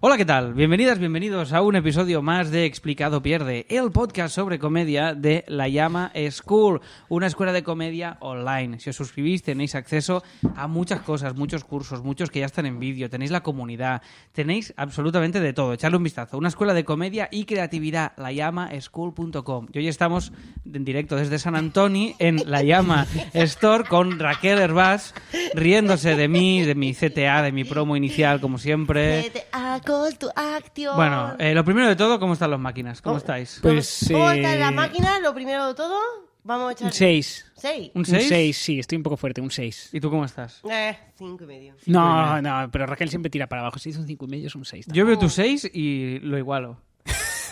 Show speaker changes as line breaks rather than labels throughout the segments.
Hola, ¿qué tal? Bienvenidas, bienvenidos a un episodio más de Explicado Pierde, el podcast sobre comedia de La Llama School, una escuela de comedia online. Si os suscribís tenéis acceso a muchas cosas, muchos cursos, muchos que ya están en vídeo, tenéis la comunidad, tenéis absolutamente de todo. Echarle un vistazo. Una escuela de comedia y creatividad, layamaschool.com. Y hoy estamos en directo desde San Antonio en La Llama Store con Raquel Herbás, riéndose de mí, de mi CTA, de mi promo inicial, como siempre.
Vete a call to action.
Bueno, eh, lo primero de todo, ¿cómo están las máquinas?
Oh.
¿Cómo estáis?
Pues
¿Cómo está
eh,
la máquina? Lo primero de todo, vamos a echar...
Un 6.
¿Seis?
¿Un
Un
6?
6, sí, estoy un poco fuerte, un 6.
¿Y tú cómo estás?
Eh, cinco y medio.
No, no, pero Raquel siempre tira para abajo. Si es un 5 y medio, es un 6.
Yo
Oh.
veo tu 6 y lo igualo.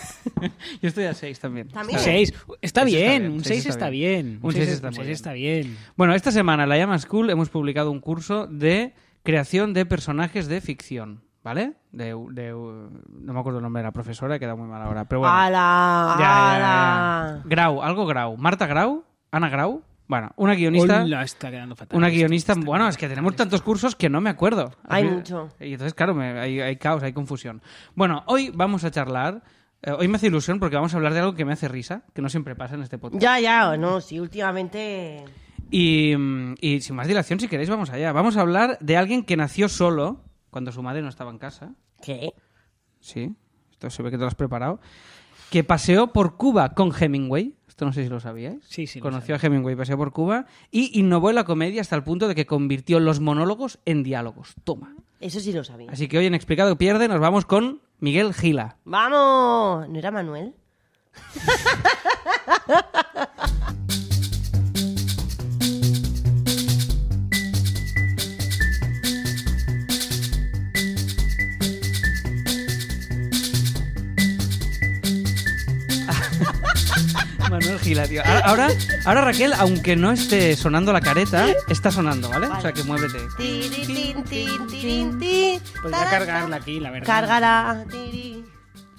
Yo estoy a 6 también.
También.
Un
Está bien.
6. Está
Seis está
bien,
bien,
un
seis
6
está
está
bien.
bien.
Un seis
seis-
está muy
seis
bien.
está bien.
Bueno, esta semana en la Llama School hemos publicado un curso de creación de personajes de ficción, ¿vale? De, de- no me acuerdo el nombre de la profesora, he quedado muy mal ahora, pero bueno.
¡Hala!
Ya, ya, ya, ya.
¡Hala!
Grau, algo Grau. Marta Grau, Ana Grau. Bueno, una guionista.
Hola, está quedando fatal.
Una
esto,
guionista,
está
bueno,
quedando
es que
fatal
tenemos
esto.
tantos cursos que no me acuerdo.
Hay
Así-
mucho.
Y entonces, claro, me- hay, hay caos, hay confusión. Bueno, hoy vamos a charlar. eh, hoy me hace ilusión porque vamos a hablar de algo que me hace risa, que no siempre pasa en este podcast.
Ya, ya, no, sí, últimamente...
Y, mm, y sin más dilación, si queréis, vamos allá. Vamos a hablar de alguien que nació solo cuando su madre no estaba en casa.
¿Qué?
Sí, esto se ve que te lo has preparado. Que paseó por Cuba con Hemingway. Esto no sé si lo sabíais.
Sí, sí, lo
Conoció a Hemingway, paseó por Cuba y innovó en la comedia hasta el punto de que convirtió los monólogos en diálogos. Toma.
Eso sí lo sabía.
Así que hoy en Explicado Pierde nos vamos con Miguel Gila.
¡Vamos! ¿No era Manuel?
Manuel Gila, tío. Ahora- Ahora, ahora Raquel, aunque no esté sonando la careta, está sonando, ¿vale? O sea que muévete.
Tiri, tin, tin, tirin, tin.
Podría cargarla aquí, la verdad.
Pues Cárgala. tiri.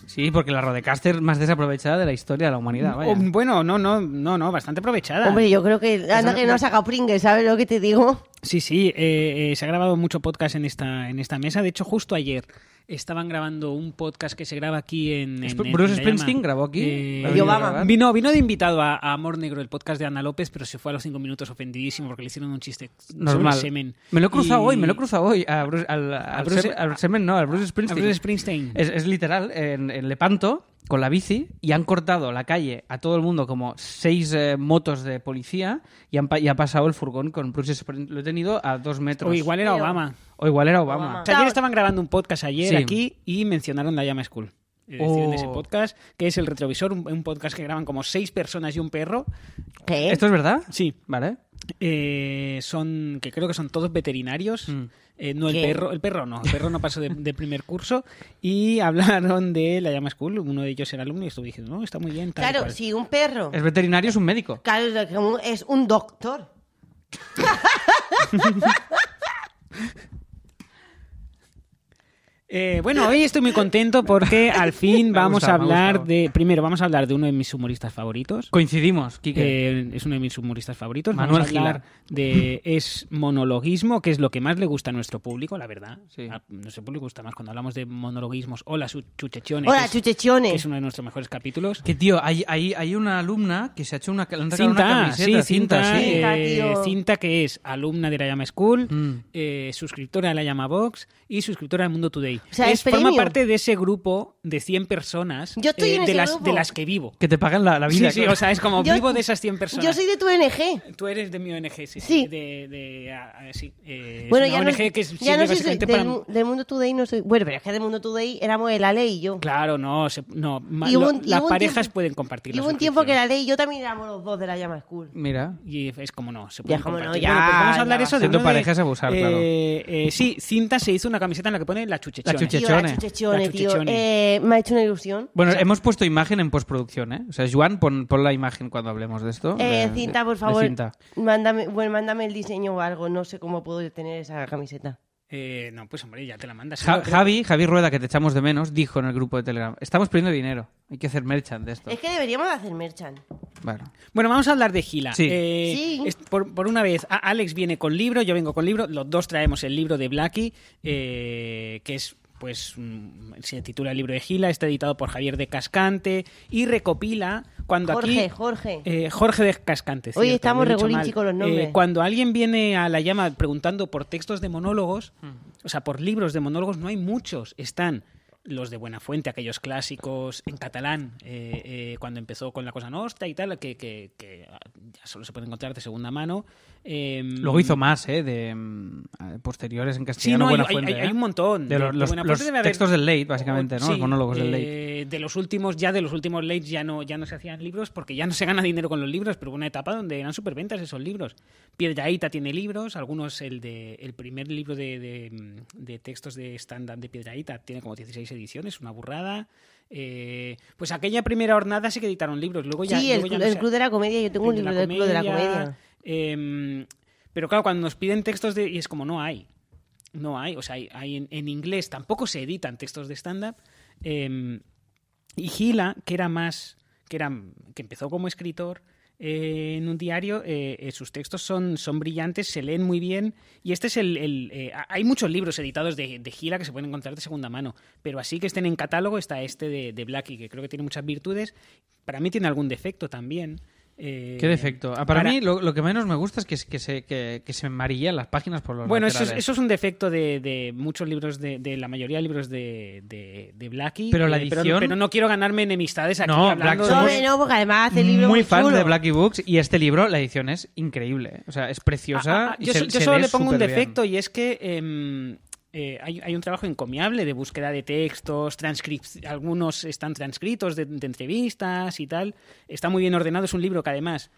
Sí, porque la Rodecaster más desaprovechada de la historia de la humanidad, vaya.
Oh, bueno, no, no, no, no, bastante aprovechada.
Hombre, yo creo que... Anda, que no ha sacado pringue, ¿sabes lo que te digo?
Sí, sí, eh, eh, se ha grabado mucho podcast en esta, en esta mesa. De hecho, justo ayer estaban grabando un podcast que se graba aquí en... en-
Sp-
en-
Bruce
en La Llama.
Springsteen grabó aquí.
Eh,
¿Ha venido
Obama.
a grabar?
Vino, vino de invitado a, a Amor Negro, el podcast de Ana López, pero se fue a los cinco minutos ofendidísimo porque le hicieron un chiste sobre
Normal.
el semen.
Me lo he cruzado
Y-
hoy, me lo he cruzado hoy. a Bruce- al, al
Bruce-
semen- al semen, no, al Bruce
a
Springsteen.
Bruce Springsteen.
Es, es literal, en, en Lepanto, con la bici, y han cortado la calle a todo el mundo como seis eh, motos de policía y, han pa- y ha pasado el furgón con Bruce Springsteen. Lo he tenido a dos metros.
O igual era
Pero-
Obama.
O igual era Obama.
Obama.
O sea, ayer estaban grabando un podcast ayer
Sí.
aquí y mencionaron la Llama School. Es decir, en ese
Oh.
podcast, que es el retrovisor, un, un podcast que graban como seis personas y un perro.
¿Qué?
¿Esto es verdad?
Sí,
Vale.
Eh, son que creo que son todos veterinarios
Mm.
Eh, no el
¿Qué?
perro el perro no el perro no pasó de, de primer curso y hablaron de la llama school uno de ellos era alumno y estuve diciendo no está muy bien tal y
Claro,
cual".
sí, un perro.
Es veterinario, es un médico.
Claro, es como- es un doctor.
Eh, bueno hoy estoy muy contento porque al fin
Me ha
vamos
gustado,
a
me ha
hablar
gustado.
de primero vamos a hablar de uno de mis humoristas favoritos
Coincidimos, Quique.
Eh, es uno de mis humoristas favoritos.
Manuel
Vamos a hablar de es monologuismo, que es lo que más le gusta a nuestro público, la verdad.
Sí.
A nuestro público gusta más cuando hablamos de monologuismos. Hola, su- chuchechones.
Hola,
que es-
chuchechones.
que es uno de nuestros mejores capítulos.
Que tío, hay, hay, hay una alumna que se ha hecho una, le han regalado una
Cinta, sí,
camiseta,
cinta,
sí.
eh,
Cinta, tío.
cinta que es alumna de la Llama School,
Mm.
eh, suscriptora de la Llama Box y suscriptora del Mundo Today.
O sea, es
forma
premium.
parte de ese grupo de 100 personas eh,
Yo estoy en
de,
ese
las,
grupo.
de las que vivo.
Que te pagan la, la vida.
sí, sí,
claro.
o sea, es como
Yo-
vivo de esas 100 personas.
Yo soy de tu NG.
Tú eres de mi ONG, sí. sí,
Sí.
De, de- ah, sí, eh, es
Bueno,
una
ya no,
ONG que es-
ya
sirve
no soy
básicamente
del,
para...
mu- del Mundo Today, no soy... Bueno, pero es que del Mundo Today éramos el Ale y yo.
Claro, no, se- no ma-
Y hubo
lo-
un- y
las
hubo un
parejas
tiempo-
pueden compartir
Y
la
hubo un tiempo que
suscripción.
la ley y yo también éramos los dos de la llama school.
Mira.
Y es como no, se pueden
Ya, como no,
compartir.
ya,
Bueno, pues vamos a hablar
ya.
eso de...
Siendo
uno de-
parejas abusar, claro.
eh, eh, sí, Cinta se hizo una camiseta en la que pone la chuchechona.
La chuche-
Tío, la
Chuchechone.
chuchechone,
La
tío.
chuchechone.
Eh, me ha hecho una ilusión.
Bueno, hemos puesto imagen en postproducción, ¿eh? O sea, Juan, pon, pon la imagen cuando hablemos de esto.
Eh,
de-
cinta, por
de
favor.
cinta.
Mándame, bueno, mándame el diseño o algo. No sé cómo puedo tener esa camiseta.
Eh, no, pues hombre, ya te la mandas.
Ja-
Pero-
Javi, Javi Rueda, que te echamos de menos, dijo en el grupo de Telegram, estamos perdiendo dinero, hay que hacer merchant de esto.
Es que deberíamos de hacer merchan.
Bueno.
Bueno, vamos a hablar de Gila.
Sí.
Eh,
Sí.
es- por, por una vez, a- Alex viene con libro, yo vengo con libro, los dos traemos el libro de Blackie, eh, que es pues mm, se titula el libro de Gila, está editado por Javier de Cascante y recopila cuando
Jorge,
aquí
Jorge.
eh, Jorge de Cascante.
Hoy
cierto,
estamos
lo he dicho
regulinchi
mal.
con los nombres.
Eh, cuando alguien viene a la llama preguntando por textos de monólogos,
Mm.
o sea, por libros de monólogos, no hay muchos. Están los de Buenafuente, aquellos clásicos en catalán, eh, eh, cuando empezó con la Cosa Nostra y tal, que, que- que, ah, ya solo se puede encontrar de segunda mano. Eh,
Luego hizo más, ¿eh? De mm, a- posteriores en
Sí,
castellano.
no, hay,
buena
hay-
fuente,
hay-
¿eh?
hay un montón.
De los, los-
Buenafuente
los
debe haber-
textos del late, básicamente, ¿no?
Sí,
los monólogos del late.
eh, de los últimos, ya de los últimos Lates ya no, ya no se hacían libros porque ya no se gana dinero con los libros, pero hubo una etapa donde eran superventas esos libros. Piedraíta tiene libros, algunos, el de el primer libro de, de- de textos de stand-up de Piedraíta tiene como 16 ediciones, una burrada. Eh, pues aquella primera hornada sí que editaron libros, luego ya,
sí, el,
luego ya
cl-
no
el
se-
Club de la Comedia, yo tengo un libro del Club de la Comedia.
eh, pero claro, cuando nos piden textos de. Y es como no hay. No hay. O sea, hay, hay en, en inglés tampoco se editan textos de stand-up. Eh, y Gila, que era más. que era. que empezó como escritor. eh, en un diario, eh, eh, sus textos son, son brillantes, se leen muy bien. Y este es el. el, eh, ha- hay muchos libros editados de, de Gila que se pueden encontrar de segunda mano. Pero así que estén en catálogo está este de, de Blackie, que creo que tiene muchas virtudes. Para mí tiene algún defecto también. eh,
Qué defecto. Ah, para,
para-
mí, lo, lo que menos me gusta es que, que se, que, que se amarillan las páginas por los
Bueno, eso es,
laterales.
eso es un defecto de, de muchos libros, de, de la mayoría de libros de, de, de Blackie.
Pero la
eh,
edición-
pero no quiero ganarme enemistades aquí
No,
hablando
Black-
de-
No,
somos-
hombre, no, porque además hace libros
muy
muy,
fan
chulos.
de Blackie Books y este libro, la edición es increíble. ¿eh? O sea, es preciosa.
Ah, ah,
y
yo
se-
so- yo
se
solo
lee
le pongo un
superbién.
defecto y es que em, eh, hay, hay un trabajo encomiable de búsqueda de textos, transcrip- algunos están transcritos de, de entrevistas y tal. Está muy bien ordenado, es un libro que además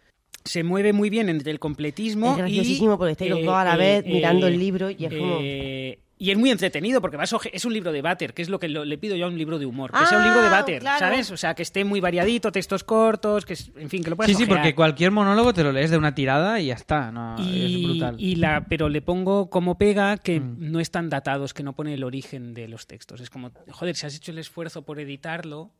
se mueve muy bien entre el completismo
Es graciosísimo
y,
porque estáis los dos a la vez mirando el libro y es como-
eh, y es muy entretenido porque va soje- es un libro de váter, que es lo que lo- le pido yo a un libro de humor, que sea un libro de
Ah,
váter,
claro.
¿sabes? O sea, que esté muy variadito, textos cortos, que es- en fin, que lo puedas
Sí, sí,
ojear.
porque cualquier monólogo te lo lees de una tirada y ya está. ¿no?
Y,
Ah, es brutal. Mm.
y la, pero le pongo como pega que no están datados, que no pone el origen de los textos. Es como, joder, si has hecho el esfuerzo por editarlo.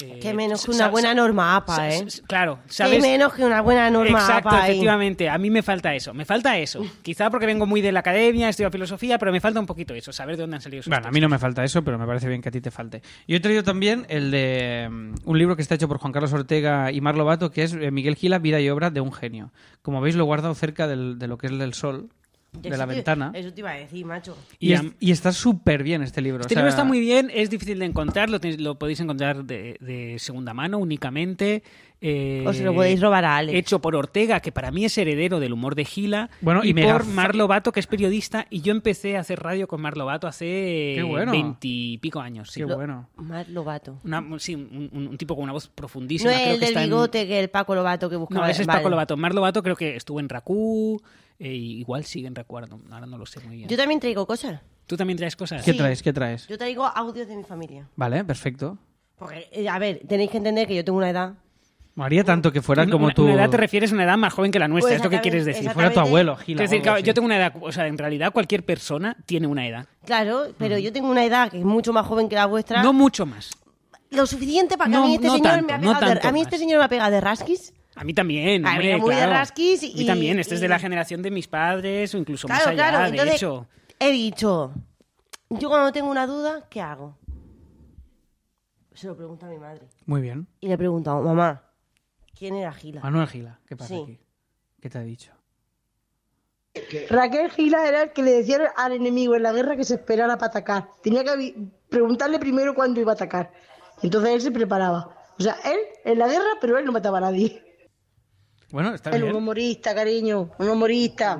eh,
Que menos que
sa-
una
sa-
buena norma
sa-
APA, ¿eh?
sa- Claro,
Que
¿sabes?
menos que una buena norma
Exacto,
APA. ¿eh? ahí.
efectivamente. A mí me falta eso. Me falta eso. Quizá porque vengo muy de la academia, estudio filosofía, pero me falta un poquito eso, saber de dónde han salido esos
Bueno, a mí no me falta eso, pero me parece bien que a ti te falte. Yo he traído también el de mm, un libro que está hecho por Juan Carlos Ortega y Mar Lobato, que es eh, Miguel Gila, Vida y Obra de un Genio. Como veis, lo he guardado cerca del- de lo que es del sol, de
Eso
la
te-
ventana.
Eso te iba a decir, macho.
Y,
Y
es-
am-
y está súper bien este libro. o
Este
sea,
libro está muy bien, es difícil de encontrar, lo, tenéis- lo podéis encontrar de, de segunda mano únicamente. eh,
O se lo podéis robar a Alex.
Hecho por Ortega, que para mí es heredero del humor de Gila.
Bueno, y
y,
mega
por
fa-
Mar Lobato, que es periodista. Y yo empecé a hacer radio con Mar Lobato hace
Qué bueno.
veintipico años. sí.
Qué bueno.
Más Lobato.
Una- sí, un, un- un tipo con una voz
No
profundísima.
es
creo
el
que
del
está en-
bigote que el Paco Lobato que
No,
buscaba.
ese es
vale.
Paco Lobato. Mar Lobato creo que estuvo en Rakú. eh, igual sigue en Rakú, ahora no, ahora no lo sé muy bien.
Yo también traigo cosas.
¿Tú también traes cosas?
¿Qué
Sí.
traes? ¿Qué traes?
Yo traigo audios de mi familia.
Vale, perfecto.
Porque, eh, a ver, tenéis que entender que yo tengo una edad.
María tanto que fuera
Una-
como
una-
tú.
una edad te refieres a una edad más joven que la nuestra,
Pues
es lo que
exactamente,
quieres decir.
Si fuera tu abuelo, Gila.
Quiero decir,
o
claro,
algo
yo
así.
tengo una edad, o sea, en realidad cualquier persona tiene una edad.
Claro, pero yo tengo una edad que es mucho más joven que la vuestra.
No mucho más.
lo suficiente para que
No-
a mí este
no
señor
tanto,
me ha
no
pegado de-
tanto
A mí este
más.
señor me ha pegado de rasquis.
A mí también.
A mí
hombre,
muy de
claro.
rasquis
A mí
y-
también. Este es de
y-
la generación de mis padres o incluso más
Claro,
allá,
claro.
de
Entonces,
hecho.
he dicho, yo cuando tengo una duda, ¿qué hago? Se lo pregunto a mi madre.
Muy bien.
Y le he preguntado, mamá, ¿quién era Gila?
Ah,
Manuel Gila, ¿qué pasa
Sí.
aquí? ¿Qué te ha dicho?
Raquel Gila era el que le decía al enemigo en la guerra que se esperara para atacar. Tenía que avi- preguntarle primero cuándo iba a atacar. Entonces él se preparaba. O sea, él en la guerra, pero él no mataba a nadie.
Bueno, está
Él un
bien.
humorista, cariño, un humorista.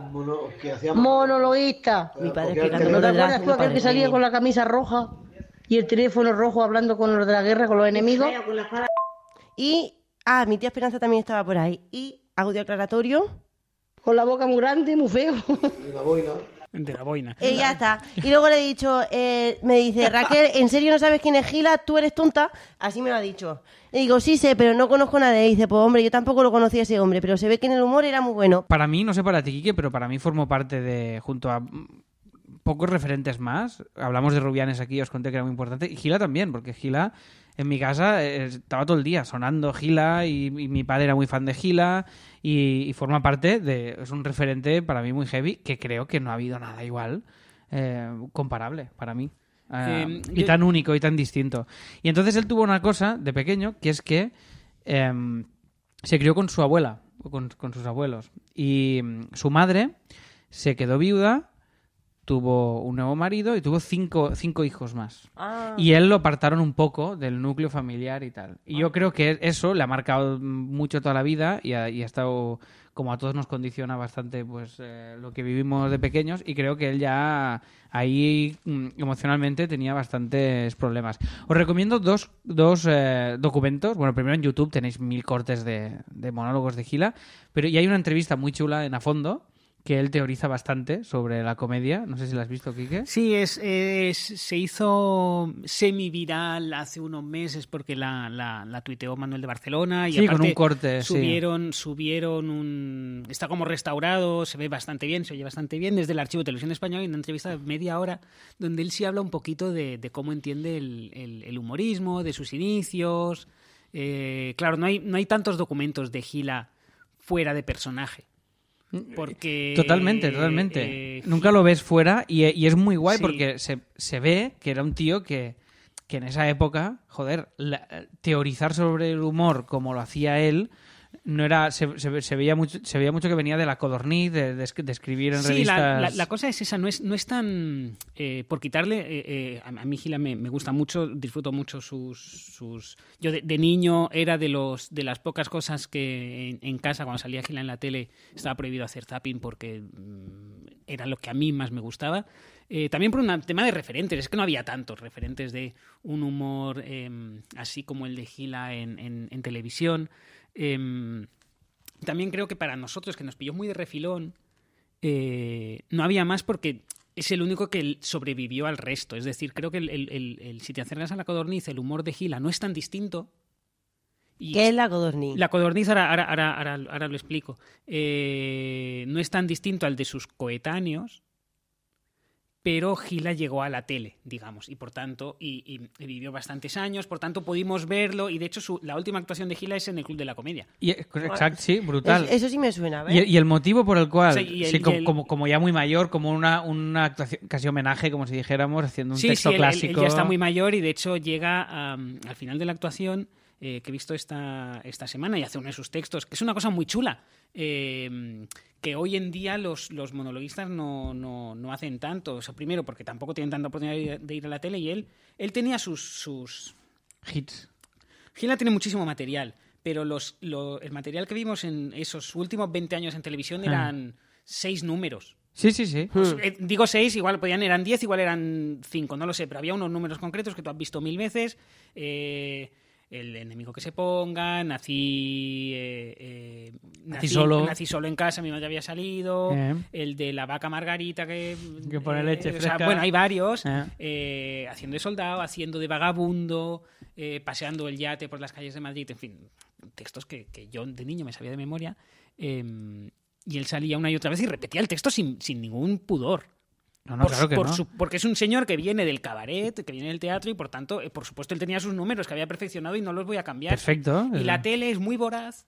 Monologuista.
Mi padre
¿No
explicándome
te
lo de
acuerdas tú aquel que salía con
la...
la camisa roja y el teléfono rojo hablando con los de la guerra, con los enemigos?
Y, ah, mi tía Esperanza también estaba por ahí. Y audio aclaratorio.
Con la boca muy grande, muy feo.
De la boina.
Y ya está. Y luego le he dicho, eh, me dice, Raquel, ¿en serio no sabes quién es Gila? ¿Tú eres tonta? Así me lo ha dicho. Y digo, sí sé, pero no conozco a nadie. Y dice, pues hombre, yo tampoco lo conocía ese hombre, pero se ve que en el humor era muy bueno.
Para mí, no sé para ti, Quique, pero para mí formó parte de, junto a mm, pocos referentes más, hablamos de Rubianes aquí, os conté que era muy importante, y Gila también, porque Gila en mi casa eh, estaba todo el día sonando Gila y, y mi padre era muy fan de Gila y, y forma parte de, es un referente para mí muy heavy, que creo que no ha habido nada igual, eh, comparable para mí. Ah,
Eh,
y
yo-
tan único y tan distinto. Y entonces él tuvo una cosa de pequeño, que es que em, se crió con su abuela, o con, con sus abuelos. Y mm, su madre se quedó viuda, tuvo un nuevo marido y tuvo cinco, cinco hijos más.
Ah.
Y él lo apartaron un poco del núcleo familiar y tal. Y yo creo que eso le ha marcado mucho toda la vida y ha, y ha estado, como a todos nos condiciona bastante pues eh, lo que vivimos de pequeños y creo que él ya ahí mm, emocionalmente tenía bastantes problemas. Os recomiendo dos, dos eh, documentos. Bueno, primero en YouTube tenéis mil cortes de, de monólogos de Gila, pero y hay una entrevista muy chula en A Fondo que él teoriza bastante sobre la comedia. No sé si la has visto, Quique.
Sí, es, es- se hizo semi-viral hace unos meses porque la, la, la tuiteó Manuel de Barcelona. Y
Sí, con
aparte
un corte, sí.
Subieron, subieron un. Está como restaurado, se ve bastante bien, se oye bastante bien. Desde el Archivo de Televisión Española hay una entrevista de media hora donde él sí habla un poquito de, de cómo entiende el, el- el humorismo, de sus inicios. Eh, claro, no hay, no hay tantos documentos de Gila fuera de personaje. Porque.
Mm, Totalmente, totalmente.
eh,
Nunca lo ves fuera y, e, y es muy guay
Sí.
porque se, se ve que era un tío que, que en esa época, joder, la- teorizar sobre el humor como lo hacía él no era se, se- se veía mucho se veía mucho que venía de la codorniz de, de es- de escribir en
Sí,
revistas
la, la- la cosa es esa, no es, no es tan... eh, por quitarle, eh, eh, a, a mí Gila me, me gusta mucho, disfruto mucho sus... sus yo de, de niño era de, los, de las pocas cosas que en, en casa, cuando salía Gila en la tele, estaba prohibido hacer zapping porque mm, era lo que a mí más me gustaba. Eh, también por un tema de referentes, es que no había tantos referentes de un humor eh, así como el de Gila en, en- en televisión. Em, también creo que para nosotros, que nos pilló muy de refilón, eh, no había más porque es el único que el- sobrevivió al resto. Es decir, creo que el, el- el- el- si te acercas a la codorniz, el humor de Gila no es tan distinto. Y
¿Qué es la codorniz?
la codorniz, ahora, ahora, ahora, ahora, ahora lo explico, Eh, no es tan distinto al de sus coetáneos, pero Gila llegó a la tele, digamos, y por tanto, y, y- y vivió bastantes años, por tanto pudimos verlo, y de hecho su- la última actuación de Gila es en el Club de la Comedia.
y, exacto sí brutal
Es- eso sí me suena, ¿ves?
Y, y el motivo por el cual,
O sea, y el-
sí,
y
como,
el-
como, como ya muy mayor, como una, una actuación, casi homenaje, como si dijéramos, haciendo un
sí,
texto
sí, él- él-
clásico.
Él, ya está muy mayor y de hecho llega am, al final de la actuación eh, que he visto esta, esta semana y hace uno de sus textos, que es una cosa muy chula, eh, que hoy en día los, los monologuistas no, no, no hacen tanto. O sea, primero, porque tampoco tienen tanta oportunidad de ir- de ir a la tele y él, él tenía sus, sus,
Hits.
Gila tiene muchísimo material, pero los, lo- el material que vimos en esos últimos 20 años en
Ah.
televisión eran seis números.
Sí, sí, sí.
Eh, Digo seis, igual podían eran diez, igual eran cinco, no lo sé, pero había unos números concretos que tú has visto mil veces. eh, el enemigo que se ponga, nací, eh, eh,
solo.
nací solo en casa, mi madre había salido,
Eh.
el de la vaca margarita que...
Que pone
eh,
leche
o sea,
fresca.
bueno, hay varios.
Eh.
eh, haciendo de soldado, haciendo de vagabundo, eh, paseando el yate por las calles de Madrid, en fin, textos que, que yo de niño me sabía de memoria. eh, y él salía una y otra vez y repetía el texto sin, sin ningún pudor.
No, no,
Por
claro
su-
que
por
no.
su- porque es un señor que viene del cabaret, que viene del teatro y por tanto, eh, por supuesto, él tenía sus números que había perfeccionado y no los voy a cambiar.
Perfecto.
Y la tele es muy voraz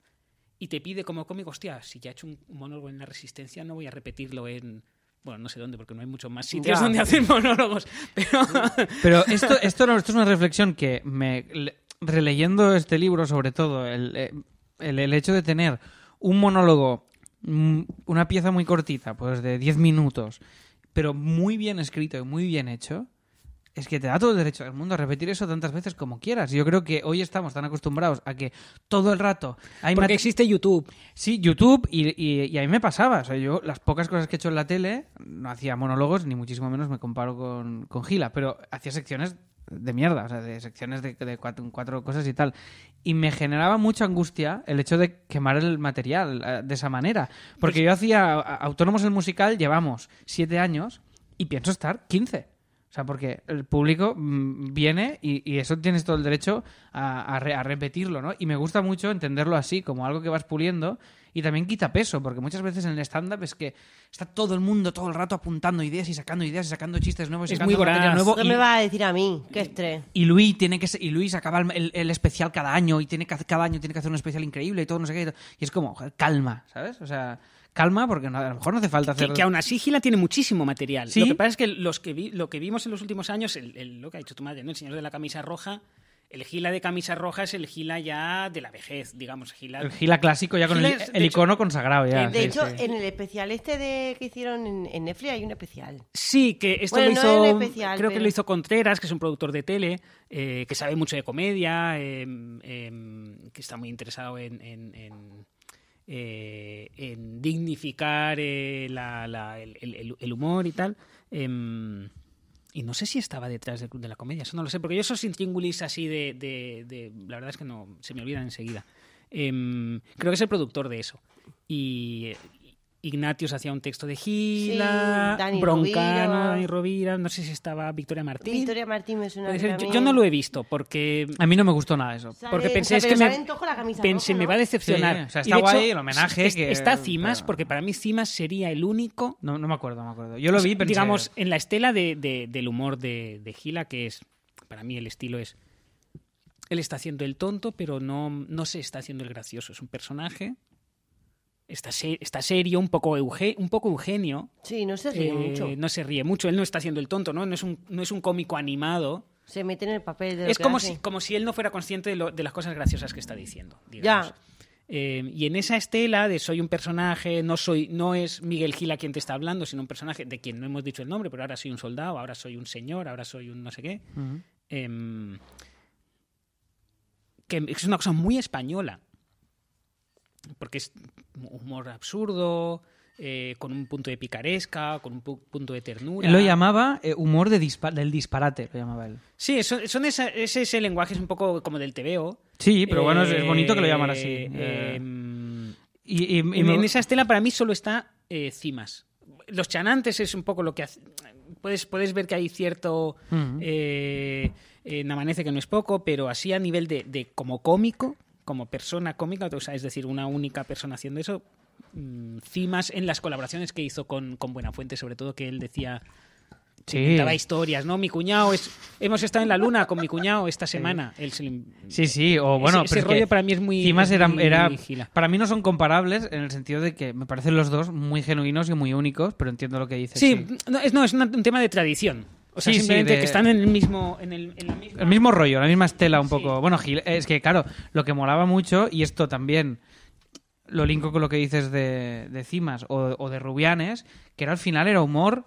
y te pide como cómico, hostia, si ya he hecho un monólogo en La Resistencia, no voy a repetirlo en... Bueno, no sé dónde, porque no hay muchos más sitios
Ya.
donde hacer monólogos. Pero
Pero esto, esto, no- esto es una reflexión que me le- releyendo este libro, sobre todo, el, eh, el, el hecho de tener un monólogo, mm, una pieza muy cortita, pues de 10 minutos, pero muy bien escrito y muy bien hecho, es que te da todo el derecho del mundo a repetir eso tantas veces como quieras. Y Yo creo que hoy estamos tan acostumbrados a que todo el rato hay
porque
mate-
existe YouTube.
Sí, YouTube y, y, y a mí me pasaba. O sea, yo las pocas cosas que he hecho en la tele no hacía monólogos, ni muchísimo menos me comparo con, con Gila, pero hacía secciones de mierda, o sea, de secciones de, de cuatro, cuatro cosas y tal. Y me generaba mucha angustia el hecho de quemar el material eh, de esa manera. Porque yo hacía a- Autónomos el Musical, llevamos siete años y pienso estar 15. O sea, porque el público mm, viene y, y eso tienes todo el derecho a, a re- a repetirlo, ¿no? Y me gusta mucho entenderlo así, como algo que vas puliendo y también quita peso, porque muchas veces en el stand-up es que está todo el mundo todo el rato apuntando ideas y sacando ideas y sacando chistes nuevos y
Es
sacando
muy
material
voraz.
nuevo.
¿Qué
y-
me vas a decir a mí? Qué estrés.
y Luis tiene que ser- y Luis acaba el, el- el especial cada año y tiene que hacer- cada año tiene que hacer un especial increíble y todo no sé qué y, todo. Y es como joder, calma sabes o sea calma, porque no- a lo mejor no hace falta hacer.
Que, que aún así Gila tiene muchísimo material.
¿Sí?
Lo que pasa es que, los que vi- lo que vimos en los últimos años, el- el- lo que ha dicho tu madre, ¿no? el señor de la camisa roja, el Gila de camisa roja es el Gila ya de la vejez, digamos, Gila.
El Gila clásico ya con el,
Gila es, de
el
hecho-
icono consagrado ya.
de
sí,
hecho,
sí.
en el especial este de que hicieron en, en Netflix hay un especial.
Sí, que esto
Bueno,
lo
no
hizo.
era especial,
creo que
pero-
lo hizo Contreras, que es un productor de tele, eh, que sabe mucho de comedia, eh, eh, que está muy interesado en. en- en, eh, en dignificar eh, la- la- el, el- el humor y tal. Em, y no sé si estaba detrás del Club de la Comedia, eso no lo sé, porque yo esos intríngulis así de, de- de- La verdad es que no se me olvidan enseguida. Em, creo que es el productor de eso. Y. eh, Ignatius hacía un texto de Gila,
Sí, Dani
Broncano,
Rovira.
Dani Rovira, no sé si estaba Victoria Martín.
Victoria Martín me suena.
Puede
que
ser, yo,
también.
yo no lo he visto porque
A mí no me gustó nada eso.
Sale-
porque
o sea,
pensé, es
pero
que me-
salen todos con la camisa
pensé
roja,
me
¿no?
va a decepcionar.
Sí, o sea,
Y
está
de
guay el homenaje
es-
que-
Está Cimas
pero-
porque para mí Cimas sería el único
No, no me acuerdo, no me acuerdo. Yo lo vi, pero
digamos, en la estela de- de- del humor de, de Gila, que es, para mí el estilo es, él está haciendo el tonto, pero no, no se está haciendo el gracioso, es un personaje, está, se- está serio, un poco, euge- un poco Eugenio,
Sí, no se ríe
eh,
mucho.
no se ríe mucho, él no está haciendo el tonto, no, no, es, un, no es un cómico animado.
Se mete en el papel de lo
Es
que
como
hace.
si, como si él no fuera consciente de, lo- de las cosas graciosas que está diciendo. digamos.
Ya.
Eh, y en esa estela de soy un personaje, no soy, no es Miguel Gila quien te está hablando, sino un personaje de quien no hemos dicho el nombre, pero ahora soy un soldado, ahora soy un señor, ahora soy un no sé qué.
Ujú.
Em, que es una cosa muy española. Porque es humor absurdo, eh, con un punto de picaresca, con un pu- punto de ternura.
Él lo llamaba eh, humor de dispa- del disparate, lo llamaba él.
Sí, eso- son esa- ese, ese lenguaje es un poco como del TVO.
Sí, pero bueno, es, es
Eh,
bonito que lo llamara así.
eh,
Eh,
em,
y, y- y
en,
me-
en esa estela para mí solo está eh, Cimas. Los chanantes es un poco lo que hace- Puedes, puedes ver que hay cierto...
Ujú.
eh, en Amanece que no es poco, pero así a nivel de, de como cómico, como persona cómica, o sea, es decir, una única persona haciendo eso, mm, Cimas en las colaboraciones que hizo con, con Buenafuente, sobre todo que él decía...
Sí.
Inventaba historias, ¿no? Mi cuñado es... Hemos estado en la luna con mi cuñado esta semana. Él se lo-
Sí, sí, o
Ese-
bueno,
ese
pero es que
rollo para mí es muy-
Cimas
es
era,
muy
era-
Gila.
para mí no son comparables en el sentido de que me parecen los dos muy genuinos y muy únicos, pero entiendo lo que dices.
Sí, No, es, no, es una- un tema de tradición. O sea,
Sí, sí,
simplemente
de-
que están en el mismo. En el, en la misma-
El mismo rollo, la misma estela un
Sí.
poco. Bueno, Gil, es que claro, lo que molaba mucho, y esto también lo linko con lo que dices de, de Cimas o, o de Rubianes, que era al final era humor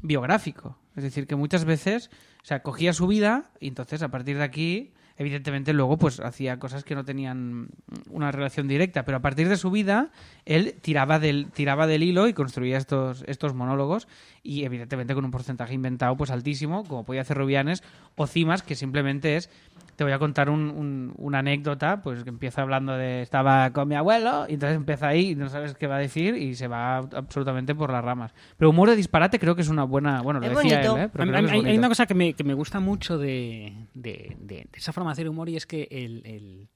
biográfico. Es decir, que muchas veces, o sea, cogía su vida y entonces a partir de aquí, evidentemente luego pues hacía cosas que no tenían una relación directa, pero a partir de su vida él tiraba del, tiraba del hilo y construía estos, estos monólogos y evidentemente con un porcentaje inventado pues altísimo, como podía hacer Rubianes o Cimas, que simplemente es te voy a contar un- un- una anécdota, pues que empieza hablando de estaba con mi abuelo, y entonces empieza ahí y no sabes qué va a decir y se va absolutamente por las ramas. Pero humor de disparate creo que es una buena, bueno, lo
Es
decía
bonito.
él, ¿eh? pero
A mí-
creo que es
hay, hay
bonito.
una cosa que me, que me gusta mucho de, de- de- de esa forma de hacer humor y es que el, el-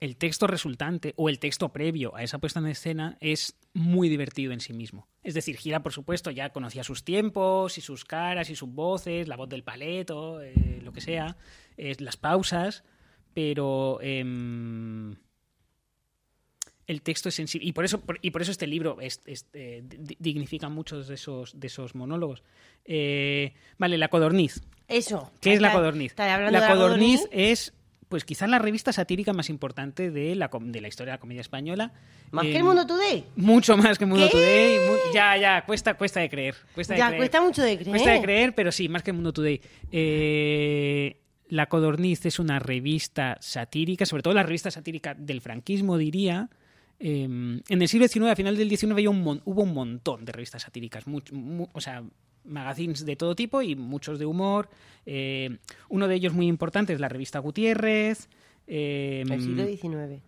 el texto resultante o el texto previo a esa puesta en escena es muy divertido en sí mismo. Es decir, Gira, por supuesto, ya conocía sus tiempos y sus caras y sus voces, la voz del paleto, eh, lo que sea, eh, las pausas, pero... em, el texto es sensible. Y por eso, por- y por eso este libro es- es, eh, di- dignifica muchos de esos, de esos monólogos. Eh, vale, La Codorniz.
Eso.
¿Qué es La
Está-
Codorniz?
está hablando
La
de
Codorniz es, pues quizás la revista satírica más importante de la, com- de la historia de la comedia española.
Más
Eh,
que el mundo today.
Mucho más que Mundo
¿Qué?
Today. mu- Ya, ya, cuesta, cuesta de creer. Cuesta de
Ya,
creer.
cuesta mucho de creer.
Cuesta de creer, pero sí, más que Mundo Today. Eh, la Codorniz es una revista satírica, sobre todo la revista satírica del franquismo, diría. Eh, en el siglo XIX, a final del XIX, había un mon- hubo un montón de revistas satíricas. much- mu- o sea, magazines de todo tipo y muchos de humor. Eh, uno de ellos muy importante es la revista Gutiérrez. eh,
El siglo XIX.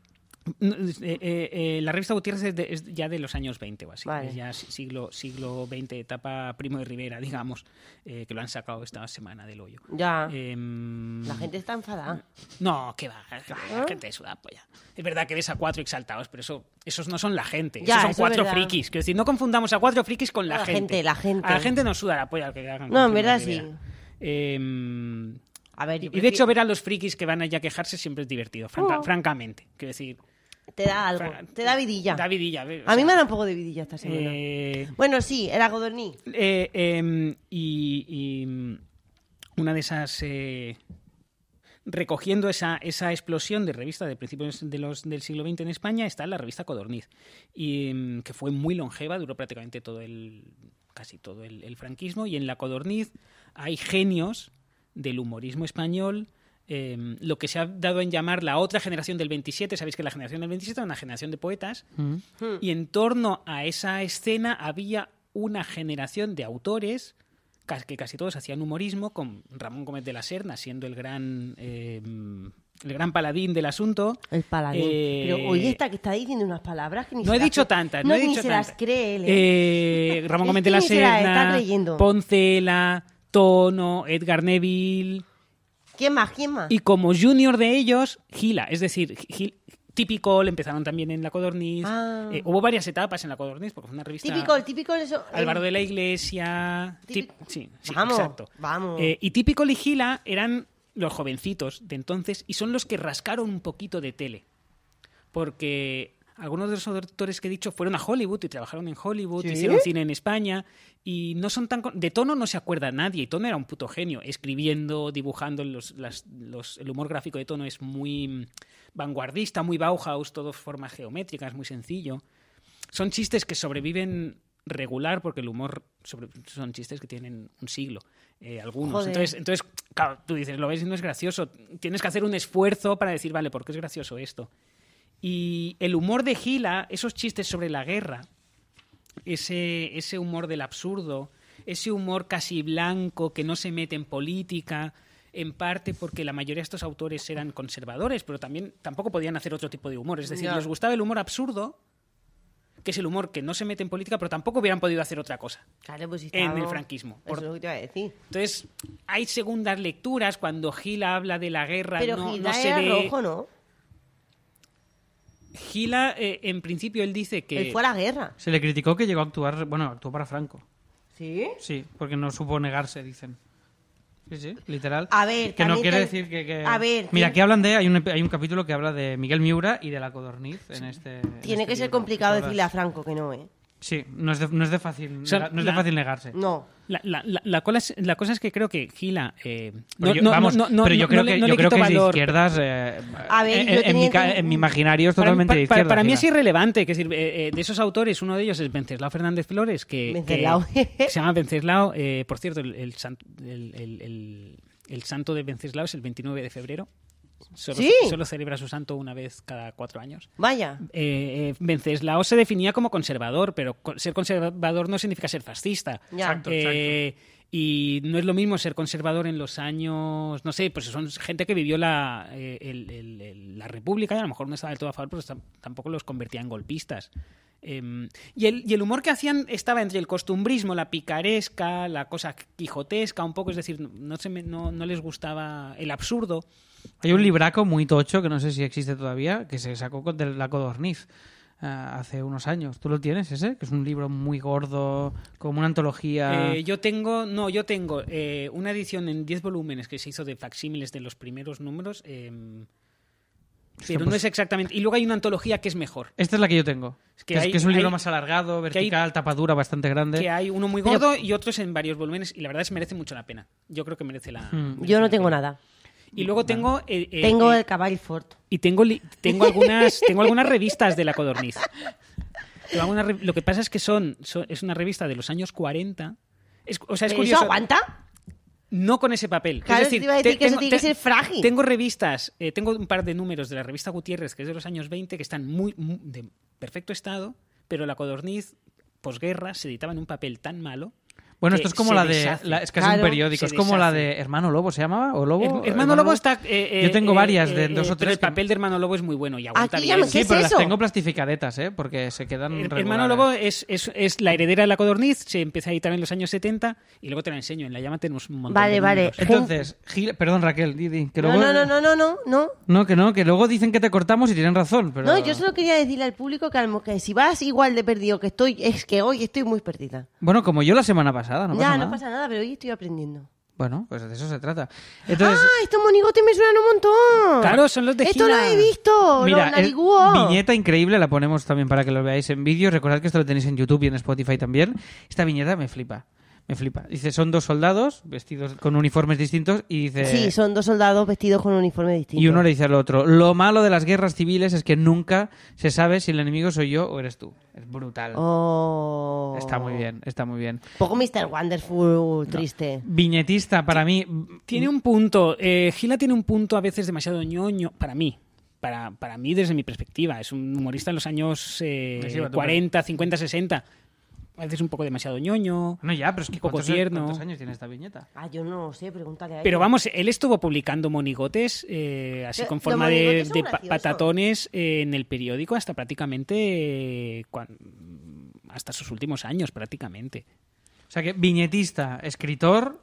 no, es- eh, eh, eh, la revista Gutiérrez es, de- es ya de los años 20 o así.
Vale.
Es ya si- siglo, siglo XX, etapa Primo de Rivera, digamos, eh, que lo han sacado esta semana del hoyo.
Ya.
Em,
Ah. La gente ¿Ah? está enfadada.
No, que va, la gente de Sudapolla. Es verdad que ves a cuatro exaltados, pero eso, esos no son la gente.
Ya,
esos
eso
son
es
cuatro
verdad. Ah,
frikis. Quiero decir, no confundamos a cuatro frikis con la,
La gente, la gente.
A la gente no suda la polla lo que hagan.
No, en
con Primo de
verdad sí. pues
Rivera. Em,
A ver,
y
yo
y de hecho,
prefiero- Oh.
ver a los frikis que van allá a quejarse siempre es divertido, franca- francamente. Quiero decir,
Te da algo,
Fra-
te da vidilla.
Da vidilla. ver, o
a mí
sea,
me da un poco de vidilla esta semana.
eh,
Bueno, sí, el agodorní.
eh, em, y, y, mm, una de esas. eh, recogiendo esa, esa explosión de revista de principios de los, del siglo XX en España está la revista Codorniz, y, em, que fue muy longeva, duró prácticamente todo el. casi todo el, el franquismo. Y en la Codorniz hay genios del humorismo español. em, lo que se ha dado en llamar la otra generación del 27, sabéis que la generación del 27 era una generación de poetas,
Mm.
Hmm.
y en torno a esa escena había una generación de autores cas- que casi todos hacían humorismo, con Ramón Gómez de la Serna siendo el gran, eh, el gran paladín del asunto.
El paladín.
Eh,
Pero hoy está que está diciendo unas palabras que ni
No
se
he
las-
dicho tantas, no,
no
he
ni
dicho
se
tantas.
las cree él. ¿eh?
Eh, Ramón
Es
Gómez
que
de la
ni se la está
Serna,
creyendo.
Poncela, Tono, Edgar Neville,
¿Quién más? ¿Quién más?
y como junior de ellos, Gila, es decir, Gil- Típico, le empezaron también en La Codorniz.
Ah.
Eh, hubo varias etapas en La Codorniz, porque fue una revista...
Típico, el típico eso. el-
Álvaro de la Iglesia. tip-
Típico-
sí, sí,
Vamos,
exacto.
vamos.
Eh, y típico Ligila eran los jovencitos de entonces y son los que rascaron un poquito de tele. Porque algunos de los autores que he dicho fueron a Hollywood y trabajaron en Hollywood,
¿Sí?
hicieron cine en España y no son tan. con- De tono no se acuerda nadie y tono era un puto genio, escribiendo, dibujando. Los, las- los- el humor gráfico de tono es muy mm, vanguardista, muy Bauhaus, todo formas geométricas, muy sencillo son chistes que sobreviven regular porque el humor sobre- son chistes que tienen un siglo eh, algunos
Joder.
entonces entonces claro, tú dices lo ves y no es gracioso tienes que hacer un esfuerzo para decir vale por qué es gracioso esto y el humor de Gila esos chistes sobre la guerra ese, ese humor del absurdo, ese humor casi blanco que no se mete en política, en parte porque la mayoría de estos autores eran conservadores, pero también tampoco podían hacer otro tipo de humor. Es decir,
Ya.
les gustaba el humor absurdo, que es el humor que no se mete en política, pero tampoco hubieran podido hacer otra cosa.
Claro, pues
en el
estábamos-
franquismo.
Eso
Por-
es lo que te iba a decir.
Entonces, hay segundas lecturas cuando Gila habla de la guerra.
Pero
no, no
Gilda
se
era
ve-
rojo, ¿no?
Gila, eh, en principio, él dice que...
Él fue a la guerra.
Se le criticó que llegó a actuar, bueno, actuó para Franco.
¿Sí?
Sí, porque no supo negarse, dicen. Sí, sí, literal.
A ver,
que no
también
quiere
ten-
decir que, que-
a ver,
Mira,
ten-
aquí hablan de hay un, ep- hay un capítulo que habla de Miguel Miura y de la codorniz en este. en
Tiene
este
que ser
libro.
complicado
Todas.
decirle a Franco que no, ¿eh?
Sí, no es de, no es de fácil,
O
nega-
sea,
no es de
la-
fácil negarse.
No.
La, la- la- la cola es- la cosa es que creo que Gila. eh,
Pero
no-
yo-
no-
vamos,
no- no-
pero yo
no-
creo
no le-
que,
no
yo
le
creo
quito
que es de
valor.
izquierdas. eh,
A ver,
en,
yo
en mi,
tenía
ca-
entendido-
en mi imaginario es
Para-
totalmente
para,
de izquierdas.
para mí es
Gila.
irrelevante. Que sirve, eh, eh, de esos autores, uno de ellos es Venceslao Fernández Flores. Que, que-
Venceslao.
que se llama Venceslao. eh, por cierto, el, el sant- el- el- el- el santo de Venceslao es el 29 de febrero. Solo,
Sí.
solo celebra su santo una vez cada cuatro años.
Vaya.
Eh, eh, Venceslao se definía como conservador, pero co- ser conservador no significa ser fascista.
Ya. Exacto,
Eh, Y no es lo mismo ser conservador en los años, no sé, pues son gente que vivió la, eh, el- el- el- la República y a lo mejor no estaba del todo a favor, pero tam- tampoco los convertía en golpistas. Eh, y, el, y el humor que hacían estaba entre el costumbrismo, la picaresca, la cosa quijotesca, un poco, es decir, no, se me- no- no les gustaba el absurdo.
Hay un libraco muy tocho que no sé si existe todavía, que se sacó con- de la codorniz ah, hace unos años. ¿Tú lo tienes ese? Que es un libro muy gordo, como una antología.
Eh, yo tengo, no, yo tengo eh, una edición en 10 volúmenes que se hizo de facsímiles de los primeros números, em, pero no
pues-
es exactamente. Y luego hay una antología que es mejor.
Esta es la que yo tengo.
Es que
que, es,
hay-
que es un libro
hay-
más alargado,
que hay-
vertical, tapadura bastante grande.
Que hay uno muy gordo y otros en varios volúmenes, y la verdad es que merece mucho la pena. Yo creo que merece la. merece
Yo no
la
tengo
pena.
nada.
Y luego tengo. eh, eh,
Tengo
eh,
el caballo Ford.
Y tengo, li- tengo, algunas, tengo algunas revistas de la codorniz. Tengo algunas re- Lo que pasa es que son, son- es una revista de los años 40. Es, o sea, es
¿Pero
curioso.
¿Eso aguanta?
no con ese papel.
Claro,
es decir,
te iba a decir que eso
tengo-
tiene que
te-
ser frágil.
Tengo revistas, eh, tengo un par de números de la revista Gutiérrez, que es de los años 20, que están muy, muy- de perfecto estado, pero la codorniz posguerra se editaba en un papel tan malo.
Bueno,
que
esto es como
se
la de.
deshace.
la- es casi
Claro,
un periódico.
se
Es como la
deshace.
de Hermano Lobo, ¿se llamaba? ¿O Oh, Lobo?
Her- Hermano Lobo está. eh, eh,
Yo tengo
eh,
varias,
eh,
de
eh,
dos o
pero
tres
El
que-
papel de Hermano Lobo es muy bueno y aguanta
Aquí ya me-
bien.
Sí,
¿Qué es
pero
eso?
las tengo plastificadetas, ¿eh? Porque se quedan.
Her-
regulares.
Hermano Lobo es, es, es la heredera de la codorniz, se empieza a editar en los años 70 y luego te la enseño. En la llama tenemos un montón
Vale,
de
vale.
números.
Entonces, Gil- perdón Raquel, di, di, que
No,
luego...
no, no, no, no, no, no.
No, que no, que luego dicen que te cortamos y tienen razón, pero...
No, yo solo quería decirle al público que, a lo mejor que si vas igual de perdido que estoy, es que hoy estoy muy perdida.
Bueno, como yo la semana pasada, no
ya,
pasa
no
nada.
pasa nada, pero hoy estoy aprendiendo.
Bueno, pues de eso se trata. Entonces,
¡Ah, estos monigotes me suenan un montón!
Claro, son los de
Esto
Gila.
lo he visto,
mira,
los
es-
narigúos.
viñeta increíble, la ponemos también para que lo veáis en vídeo. Recordad que esto lo tenéis en YouTube y en Spotify también. Esta viñeta me flipa. Me flipa. Dice, son dos soldados vestidos con uniformes distintos y dice...
Sí, son dos soldados vestidos con un uniforme distinto.
Y uno le dice al otro, lo malo de las guerras civiles es que nunca se sabe si el enemigo soy yo o eres tú. Es brutal.
Oh.
Está muy bien, está muy bien.
Un poco Mr. Wonderful, triste.
Viñetista, para mí...
Tiene
Mm.
un punto. eh, Gila tiene un punto a veces demasiado ñoño para mí. Para, para mí, desde mi perspectiva. Es un humorista en los años eh,
Sí, sí, va, tú,
40, 50, 60. A veces un poco demasiado ñoño.
No, ya, pero es que
Un poco
¿cuántos,
tierno.
cuántos años tiene esta viñeta?
Ah, yo no sé, pregúntale a él.
Pero vamos, él estuvo publicando monigotes, eh, así
Pero
con
los
forma de,
monigotes son
de pa-
graciosos.
patatones eh, en el periódico hasta prácticamente. eh, cuan- hasta sus últimos años, prácticamente.
O sea que viñetista, escritor,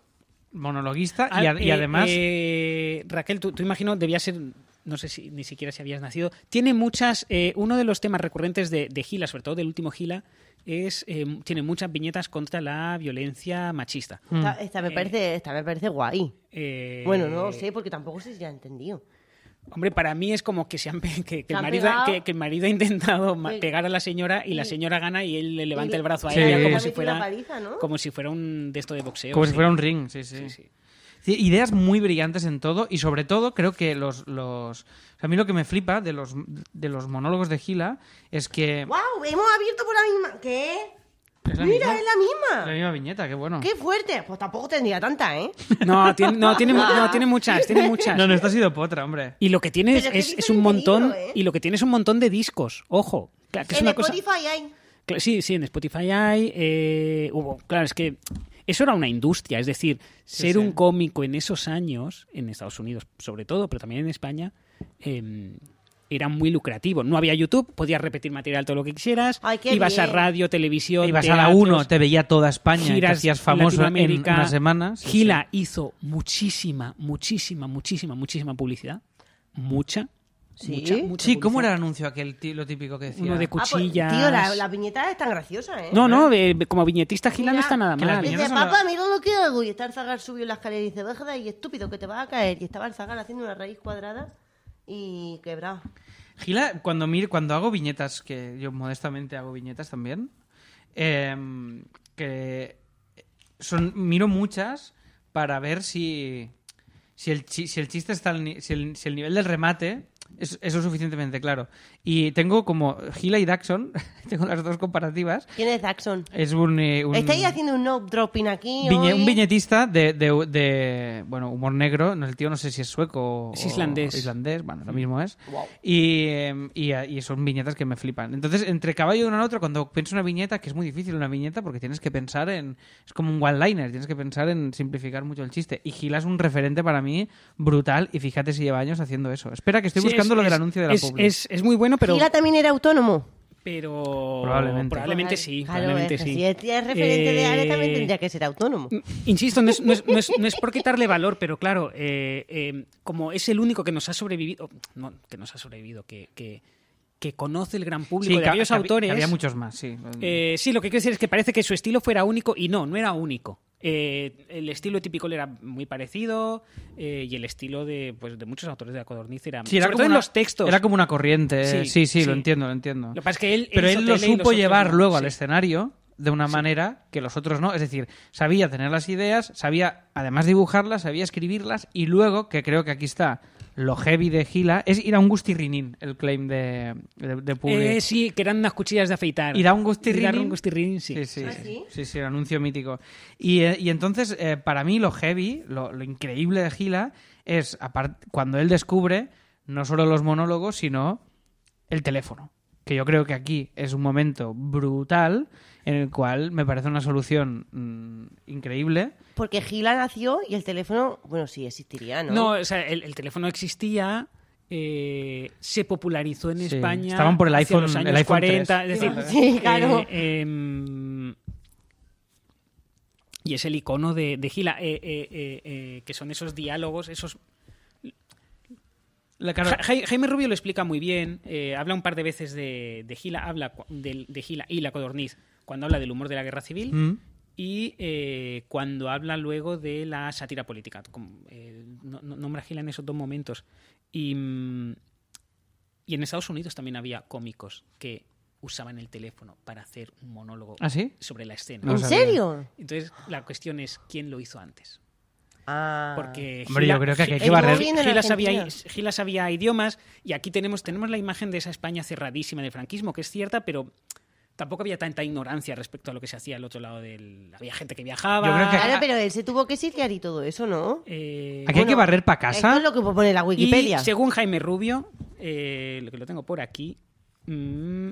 monologuista y,
Ah,
a- y
eh,
además...
eh, Raquel, tú, tú imagino, debía ser. No sé si ni siquiera si habías nacido. Tiene muchas. eh, uno de los temas recurrentes de, de Gila, sobre todo del último Gila, es. eh, tiene muchas viñetas contra la violencia machista.
mm.
Esta, esta me parece, esta me parece guay.
Eh,
Bueno, no lo sé, porque tampoco sé si la he entendido.
Hombre, para mí es como que, se han pe- que, que
Se
el,
han
marido,
pegado.
que, que el marido ha intentado ma-
Sí.
pegar a la señora y la señora gana y él le levanta el brazo a
Sí.
ella
Le
como
ha
si,
metido
fuera,
una paliza, ¿no?
como si fuera un de esto de boxeo.
Como
sí.
si fuera un ring, sí, sí.
Sí, sí.
Sí, Ideas muy brillantes en todo y sobre todo creo que los... los... A mí lo que me flipa de los, de los monólogos de Gila es que...
¡Wow! Hemos abierto por la misma. ¿Qué?
Es la
Mira,
misma-
es la misma.
La misma viñeta, qué
Ah.
bueno.
¡Qué fuerte! Pues tampoco tendría tanta, ¿eh?
No, tiene, no, tiene, mu- no, tiene muchas, tiene muchas.
No, no, esto ha sido potra, hombre.
Y lo que tienes
Pero que
es,
sí
es
son
un
un
montón.
peligro, ¿eh?
Y lo que tienes es un montón de discos. Ojo. Claro, que es
en
una cosa-
Spotify hay. Ah,
Cla- Sí, sí, en Spotify hay. eh, hubo, claro, es que eso era una industria. Es decir, ser
sí.
un cómico en esos años, en Estados Unidos sobre todo, pero también en España, eh, era muy lucrativo. No había YouTube, podías repetir material todo lo que quisieras.
Ay, qué
ibas a
bien.
radio, televisión.
Ibas a la 1,
teatros,
te veía toda España y te
giras
hacías famoso en
Latinoamérica.
unas semanas.
Gila hizo muchísima, muchísima, muchísima, muchísima publicidad. Mucha.
Sí.
mucha, mucha
Sí, ¿cómo era
publicidad.
el anuncio aquel ti- lo típico que decía?
Uno de
Ah, pues,
cuchillas.
tío, la, la viñeta es tan graciosa, ¿eh?
No, no, eh, como viñetista Gila no
Mira,
está nada
que las
mal. ¿eh?
viñetas-
Dice,
no son
papá, mira lo que hago. Y está el zagal subió la escalera y dice, baja de ahí, estúpido, que te vas a caer. Y estaba el zagal haciendo una raíz cuadrada y quebrado.
Gila, cuando, mir, cuando hago viñetas, que yo modestamente hago viñetas también, em, que son, miro muchas para ver si, si, el, chi- si el chiste está, al ni- si, el, si el nivel del remate es, es lo suficientemente claro. Y tengo como Gila y Daxon, tengo las dos comparativas.
¿Quién es Daxon?
Es un, eh, un-
Estáis haciendo un no dropping aquí.
Viñe-
hoy?
un viñetista de, de- de, bueno humor negro no, el tío no sé si es sueco o
Es islandés. Mm.
o islandés bueno lo mismo es y, eh, y, eh, y son viñetas que me flipan entonces entre caballo y uno al otro cuando pienso una viñeta que es muy difícil una viñeta porque tienes que pensar en es como un one liner tienes que pensar en simplificar mucho el chiste y Gila es un referente para mí brutal y fíjate si lleva años haciendo eso espera que estoy
Sí,
buscando
es-
lo del
es-
anuncio de la
es,
Publi.
es, es muy bueno, pero.
Gila también era autónomo.
pero
Probablemente.
probablemente sí.
Claro,
probablemente
es que
sí.
Si es- es referente de Ale, también
Eh,
tendría que ser autónomo.
Insisto, no es, no es- no es- no es por quitarle valor, pero claro, eh, eh, como es el único que nos ha sobrevivido, no, que nos ha sobrevivido, que, que, que conoce el gran público de
ca-
aquellos
que hab- que
autores.
había muchos más sí
Eh, sí, lo que quiero decir es que parece que su estilo fuera único y no, no era único. Eh, el estilo típico le era muy parecido eh, y el estilo de, pues, de muchos autores de la codorniz era,
Sí, era
sobre
como
todo en
una-
los textos.
Era como una corriente. Sí,
Sí,
sí, lo
sí.
entiendo, lo entiendo.
Lo que pasa es que él,
Pero
hizo
él lo
tele y los
supo
otros
llevar
no.
luego al este
Sí.
escenario de una manera que los otros no. Es decir, sabía tener las ideas, sabía además dibujarlas, sabía escribirlas y luego, que creo que aquí está lo heavy de Gila, es ir a un gustirrinín, el claim de, de, de Publi.
Eh, sí, que eran unas cuchillas de afeitar.
Ir a un gustirrinín.
Ir a un gustirrinín, sí.
Sí, sí,
¿Ah,
sí,
sí?
sí, sí, el anuncio mítico. Y, eh, y entonces, eh, para mí, lo heavy, lo, lo increíble de Gila es apart- cuando él descubre no solo los monólogos, sino el teléfono. Que yo creo que aquí es un momento brutal en el cual me parece una solución mm, increíble.
Porque Gila nació y el teléfono, bueno, sí existiría, ¿no?
No, o sea, el, el teléfono existía, eh, se popularizó en
Sí,
España.
estaban por el
hacia
iPhone-
los años
el iPhone
40,
3.
es decir,
Sí, claro.
eh, em, y es el icono de, de Gila, eh, eh, eh, eh, que son esos diálogos, esos
La
Ja- Ja- Jaime Rubio lo explica muy bien. eh, habla un par de veces de, de Gila, habla cu- del- de, Gila y la codorniz cuando habla del humor de la guerra civil.
Mm.
Y eh, cuando habla luego de la sátira política, como, eh, no- no- nombra a Gila en esos dos momentos. Y, mm, y en Estados Unidos también había cómicos que usaban el teléfono para hacer un monólogo
¿Ah, sí?
sobre la escena.
No
¿En
sabía.
serio?
Entonces, la cuestión es quién lo hizo antes.
Ah.
Porque
Hombre, yo creo que aquí hay que
Gila-
barrer.
Viene en
Gila sabía,
Argentina.
Gila sabía idiomas y aquí tenemos, tenemos la imagen de esa España cerradísima del franquismo, que es cierta, pero tampoco había tanta ignorancia respecto a lo que se hacía al otro lado del... Había gente que viajaba...
Yo creo que-
Claro, pero él se tuvo que sitiar y todo eso, ¿no?
eh,
Aquí hay que
Bueno,
barrer para
Esto
casa.
es lo que pone la Wikipedia.
Y según Jaime Rubio, eh, lo que lo tengo por aquí, mm,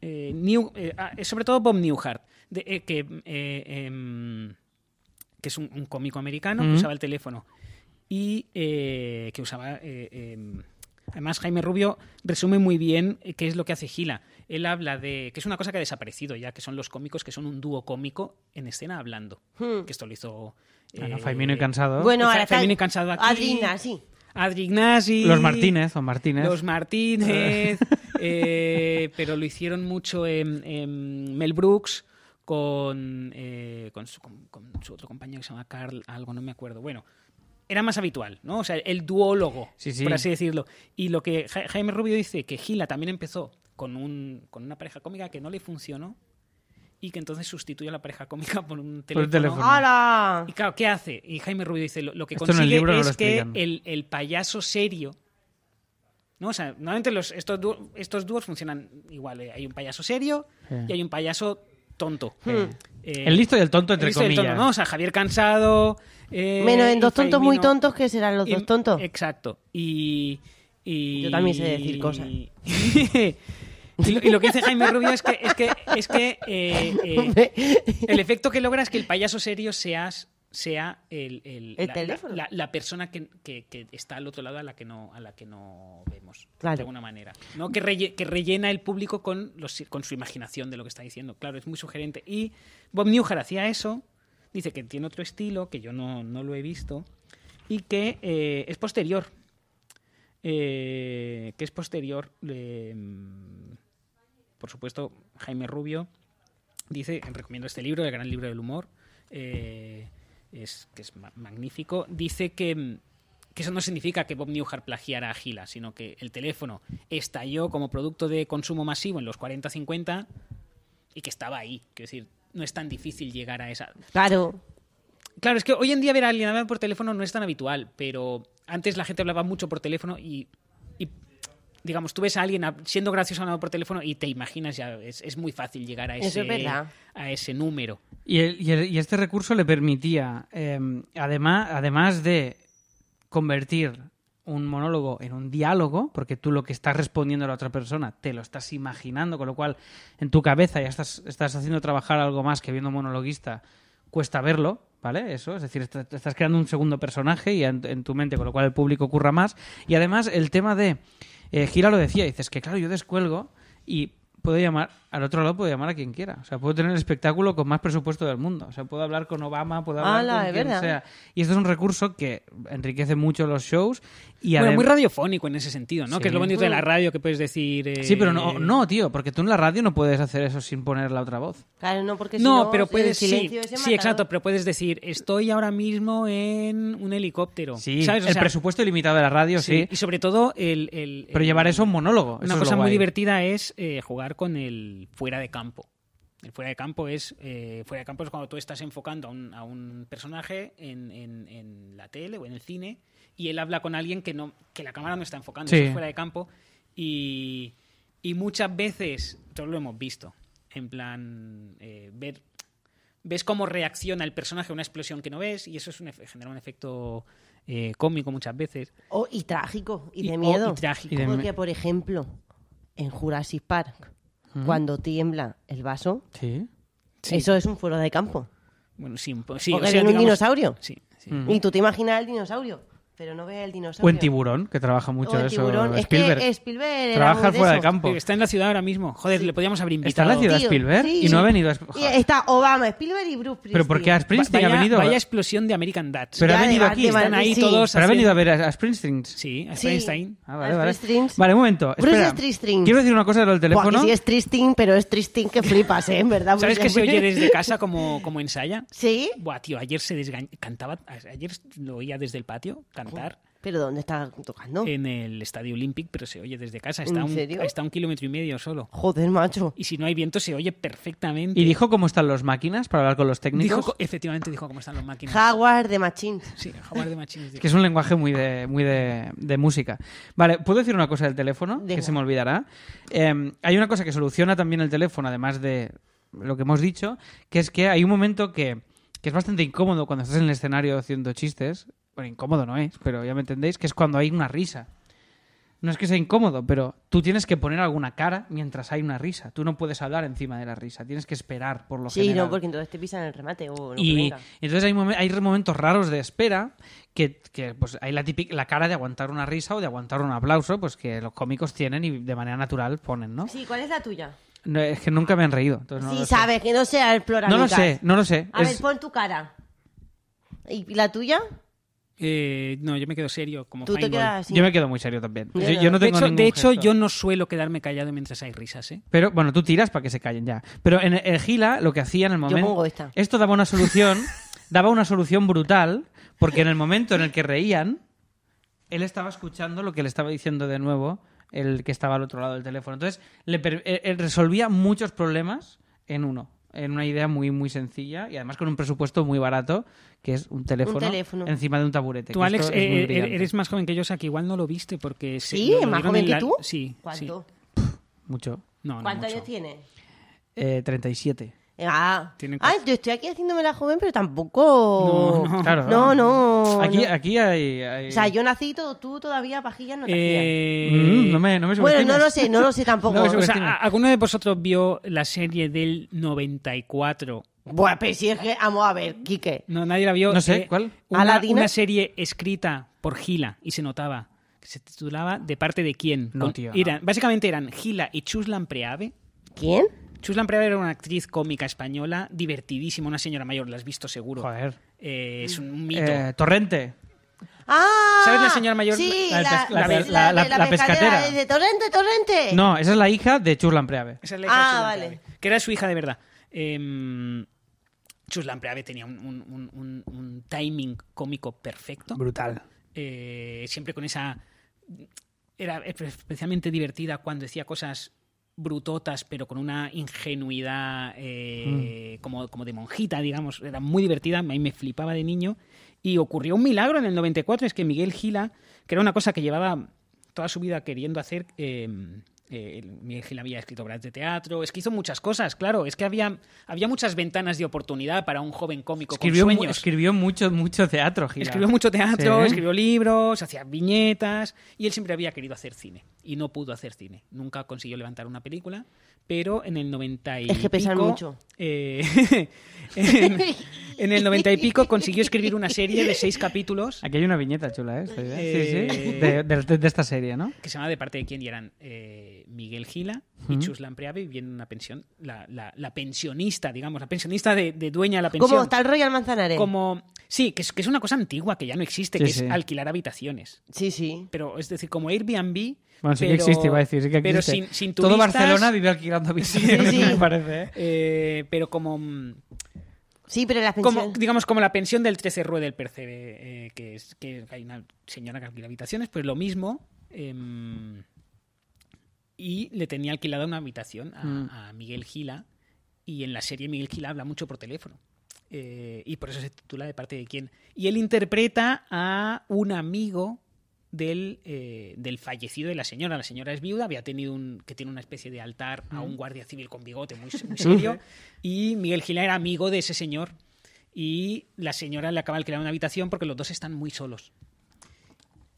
eh, New- eh, ah, eh, sobre todo Bob Newhart, de- eh, que, eh, em, que es un, un cómico americano
Ujú.
que usaba el teléfono y eh, que usaba... eh, em, Además, Jaime Rubio resume muy bien eh, qué es lo que hace Gila. Él habla de que es una cosa que ha desaparecido ya, que son los cómicos que son un dúo cómico en escena hablando.
Hmm.
Que esto lo hizo.
Bueno,
eh,
Faimino y Cansado.
Bueno,
Está
ahora está
Fermín y Cansado aquí.
Adrina, sí.
Adri Ignasi.
Los Martínez, los Martínez.
Los Martínez. eh, pero lo hicieron mucho en, en Mel Brooks con, eh, con, su, con- con su otro compañero que se llama Carl, algo, no me acuerdo. Bueno, era más habitual, ¿no? O sea, el duólogo,
Sí, sí.
por así decirlo. Y lo que Ja- Jaime Rubio dice, que Gila también empezó con, un, con una pareja cómica que no le funcionó y que entonces sustituyó a la pareja cómica por un
Por el teléfono.
¡Hala!
y claro, ¿qué hace? Y Jaime Rubio dice, lo, lo que
Esto en el
consigue
libro no lo
es que
explican.
el, el payaso serio... ¿no? O sea, normalmente los, estos, dúo- estos dúos funcionan igual. eh, Hay un payaso serio
Sí. Hmm.
y hay un payaso tonto. Eh,
El listo y el tonto,
el
entre
listo y el
comillas.
tonto, ¿no? O sea, Javier Cansado... eh,
Menos en dos
y
tontos muy
Faimino-
tontos que serán los
y- eh,
dos tontos.
Exacto. Y, y-
Yo también sé decir cosas.
y, lo, y lo que dice Jaime Rubio es que, es que, es que eh, eh, el efecto que logra es que el payaso serio seas sea el,
El
la,
teléfono.
la- la persona que, que- que está al otro lado a la que no a la que no vemos
Claro.
de alguna manera no que, relle- que rellena el público con los, con su imaginación de lo que está diciendo claro es muy sugerente y Bob Newhart hacía eso dice que tiene otro estilo que yo no, no lo he visto y que eh, es posterior. Eh, que es posterior. eh, por supuesto, Jaime Rubio dice, recomiendo este libro, el gran libro del humor, eh, es, que es ma- magnífico. Dice que, mm, que eso no significa que Bob Newhart plagiara a Gila, sino que el teléfono estalló como producto de consumo masivo en los 40-50 y que estaba ahí. Quiero decir, no es tan difícil llegar a esa...
Claro.
Claro, es que hoy en día ver a alguien hablar por teléfono no es tan habitual, pero antes la gente hablaba mucho por teléfono y, y, digamos, tú ves a alguien hab- siendo gracioso hablando por teléfono y te imaginas ya, es, es muy fácil llegar a
Eso
ese,
es verdad.
a ese número.
Y, el- y el- y este recurso le permitía, eh, además, además de convertir un monólogo en un diálogo, porque tú lo que estás respondiendo a la otra persona te lo estás imaginando, con lo cual en tu cabeza ya estás, estás haciendo trabajar algo más que viendo un monologuista, cuesta verlo, ¿vale? Eso, es decir, est- estás, creando un segundo personaje y en, en tu mente, con lo cual el público curra más. Y además el tema de, eh, Gira lo decía, dices que claro, yo descuelgo y puedo llamar, al otro lado puedo llamar a quien quiera, o sea, puedo tener el espectáculo con más presupuesto del mundo, o sea, puedo hablar con Obama, puedo hablar
Ala,
con
es
quien
verdad.
sea. Y esto es un recurso que enriquece mucho los shows y
bueno,
adem-
muy radiofónico en ese sentido, ¿no?
Sí.
Que es lo bonito de
Mm.
la radio que puedes decir. eh,
Sí, pero no, no, tío, porque tú en la radio no puedes hacer eso sin poner la otra voz.
Claro, no, porque si
No,
no,
pero
el
puedes sí,
silencio ese
sí,
matador.
exacto, pero puedes decir estoy ahora mismo en un helicóptero.
Sí,
¿sabes? O
el
sea,
presupuesto ilimitado de la radio, sí.
sí, Y sobre todo el, el-
Pero
el-
llevar eso a un monólogo. eso
Una
es
cosa
lo
muy
guay.
divertida es eh, jugar con el fuera de campo. El fuera de campo es eh, fuera de campo es cuando tú estás enfocando a un, a un personaje en, en- en la tele o en el cine y él habla con alguien que no que la cámara no está enfocando,
Sí.
eso es fuera de campo y, y muchas veces todos lo hemos visto en plan eh, ver ves cómo reacciona el personaje a una explosión que no ves y eso es un efe- genera un efecto eh, cómico muchas veces
Oh, y trágico, y de
Y- o-
miedo.
y trágico.
Y de
Porque,
mie-
por ejemplo, en Jurassic Park, cuando tiembla el vaso,
Sí.
Mm. Sí.
eso es un fuero de campo.
bueno sí, un po- sí,
Porque
o sea,
viene un
digamos-
dinosaurio.
sí, sí.
Mm.
Y tú te imaginas el dinosaurio. Pero no ve el dinosaurio.
O en Tiburón, que trabaja mucho
O en
eso.
tiburón. Es
Spielberg.
que Spielberg era
Trabaja
muy de
fuera de
esos.
campo.
Está en la ciudad ahora mismo. Joder, le podíamos haber invitado.
Está en la ciudad
Tío,
Spielberg
sí.
y no ha venido. a-
Y está Obama, Spielberg y Bruce
Pero ¿por qué a
Springsteen.
Springsteen
vaya,
ha venido?
vaya explosión de American Dad.
Pero ha
Ya, de
venido
Van-
aquí,
de Van-
están ahí
sí.
todos.
Pero ha
haciendo-
venido a ver a, a Springsteen.
Sí, a
Sí.
Springsteen.
Ah, vale,
A
vale.
Springsteen.
Vale, un momento.
Bruce
espera.
Springsteen.
Quiero decir una cosa de lo del
Buah, que
teléfono.
sí es tristing, pero es tristing que flipas, ¿eh? En verdad.
¿Sabes
porque-
que se oye desde casa como, como ensaya?
Sí,
Buah, tío, ayer se desgañ... cantaba, ayer lo oía desde el patio cantar
pero ¿dónde está tocando?
en el Estadio Olympic, pero se oye desde casa. Está,
¿En
un,
serio?
está a un kilómetro y medio solo.
Joder, macho.
Y si no hay viento se oye perfectamente.
Y dijo cómo están las máquinas para hablar con los técnicos.
Dijo co- efectivamente dijo cómo están las máquinas.
Jaguar de Machín.
Sí, Jaguar de Machines. dijo.
Que es un lenguaje muy de, muy de, de música. Vale, ¿puedo decir una cosa del teléfono? Que
Venga.
se me olvidará. Eh, hay una cosa que soluciona también el teléfono, además de lo que hemos dicho, que es que hay un momento que, que es bastante incómodo cuando estás en el escenario haciendo chistes. Bueno, incómodo no es, pero ya me entendéis, que es cuando hay una risa. No es que sea incómodo, pero tú tienes que poner alguna cara mientras hay una risa. Tú no puedes hablar encima de la risa, tienes que esperar por lo
Sí,
general.
no, porque entonces te pisan el remate. O lo que
Y
pues venga.
entonces hay, momen- hay momentos raros de espera que, que, pues hay la, típica, la cara de aguantar una risa o de aguantar un aplauso, pues que los cómicos tienen y de manera natural ponen, ¿no?
Sí, ¿cuál es la tuya?
No, es que nunca me han reído. entonces Pues no
sí,
lo sé.
sabes, que no sea el plural.
No lo sé, no lo sé.
A
Es-
ver, pues, pon tu cara. ¿Y la tuya?
Eh, no, yo me quedo serio como
Tú te
Feingold.
quedas así.
Yo me quedo muy serio también.
Yo
Yo,
no.
yo no
de
tengo
hecho,
ningún
de hecho,
gesto.
yo no suelo quedarme callado mientras hay risas, ¿eh?
Pero bueno, tú tiras para que se callen ya. Pero en el Gila lo que hacía en el momento...
pongo esta.
Esto daba una solución, daba una solución brutal, porque en el momento en el que reían, él estaba escuchando lo que le estaba diciendo de nuevo el que estaba al otro lado del teléfono. Entonces, le per- él- él resolvía muchos problemas en uno. En una idea muy, muy sencilla y además con un presupuesto muy barato, que es un teléfono,
teléfono.
encima de un taburete.
Tú,
que
Alex,
esto es muy
eh,
brillante.
eres más joven que yo, o sea que igual no lo viste porque... se-
¿Sí?
lo- lo
¿Es más
dieron
joven
en
que
la-
tú?
Sí. sí.
¿Cuánto?
Mucho.
No, no
¿Cuántos
mucho.
años tienes?
Eh, 37.
Ah,
Tienen
Ah,
cosas.
yo estoy aquí haciéndome la joven, pero tampoco.
No, no.
Claro.
No, no,
Aquí,
eh,
no.
aquí hay... hay-
O sea, yo nací, todo, tú todavía pajillas no te hacías.
Eh,
Mm, no me, no me
Bueno,
subestimes.
no lo sé, no lo sé tampoco.
No,
o
eso-
sea,
subestima.
¿a- ¿alguno de vosotros vio la serie del 94?
Bueno, pero si es que, vamos a ver, Quique.
No, nadie la vio. eh,
No sé, ¿cuál?
Una,
¿Aladina?
una serie escrita por Gila y se notaba. que Se titulaba ¿De parte de quién?
No,
Con-
tío, no.
eran- Básicamente eran Gila y Chuslan Preave.
¿Quién?
Chuslan Preave era una actriz cómica española, divertidísima, una señora mayor, la has visto seguro.
Joder.
Eh, es un mito.
Eh, torrente.
¡Ah!
¿Sabes la señora mayor?
Sí,
La
la,
del pes- la-
de-
la- la-
de
la pescatera.
de- de Torrente, Torrente.
No, esa es la hija de Churlan Preave.
Esa es la hija de
Ah,
Chuslan
vale.
Preave, que era su hija de verdad. Eh, Chuslan Preave tenía un, un- un- un- un timing cómico perfecto.
Brutal.
eh, siempre con esa... Era especialmente divertida cuando decía cosas brutotas, pero con una ingenuidad
Mm.
eh, como, como de monjita, digamos. Era muy divertida, a mí me flipaba de niño. Y ocurrió un milagro en el 94, es que Miguel Gila, que era una cosa que llevaba toda su vida queriendo hacer, eh, eh, Miguel Gila había escrito obras de teatro, es que hizo muchas cosas, claro, es que había, había muchas ventanas de oportunidad para un joven cómico
Escribió,
con
mu-
sueños.
escribió mucho, mucho teatro, Gila.
Escribió mucho teatro,
Sí.
escribió libros, hacía viñetas y él siempre había querido hacer cine y no pudo hacer cine. Nunca consiguió levantar una película, pero en el 90 y
Es que pesan
pico,
mucho.
eh, en, en el 90 y pico consiguió escribir una serie de seis capítulos
Aquí hay una viñeta chula, ¿eh? Esta idea.
Eh.
Sí, sí. De, de- de esta serie, ¿no?
que se llamaba De parte de quién y eran eh, Miguel Gila y
Ujú.
Chuslan Preave viviendo en una pensión, la, la- la pensionista, digamos, la pensionista de, de dueña de la pensión.
Como está el Royal Manzanares.
Como- sí, que es, que es una cosa antigua que ya no existe,
Sí,
que
sí.
es alquilar habitaciones.
Sí, sí.
pero es decir, como Airbnb.
Bueno, sí
pero-
que existe, iba a decir. Sí que
Pero
existe.
sin, sin
Todo
turistas,
Barcelona vive alquilando habitaciones,
Sí, sí.
me parece. ¿eh?
eh, pero como, mm,
Sí, pero las
como,
pensiones.
digamos, como la pensión del 13 Rue del Percebe, eh, que, es, que hay una señora que alquila habitaciones, pues lo mismo. em, y le tenía alquilada una habitación a,
Mm.
a Miguel Gila. Y en la serie Miguel Gila habla mucho por teléfono. eh, y por eso se titula De parte de quién. Y él interpreta a un amigo del, eh, del fallecido de la señora. La señora es viuda, había tenido un, que tiene una especie de altar a un guardia civil con bigote muy, se- muy serio. y Miguel Gila era amigo de ese señor. Y la señora le acaba de alquilar una habitación porque los dos están muy solos.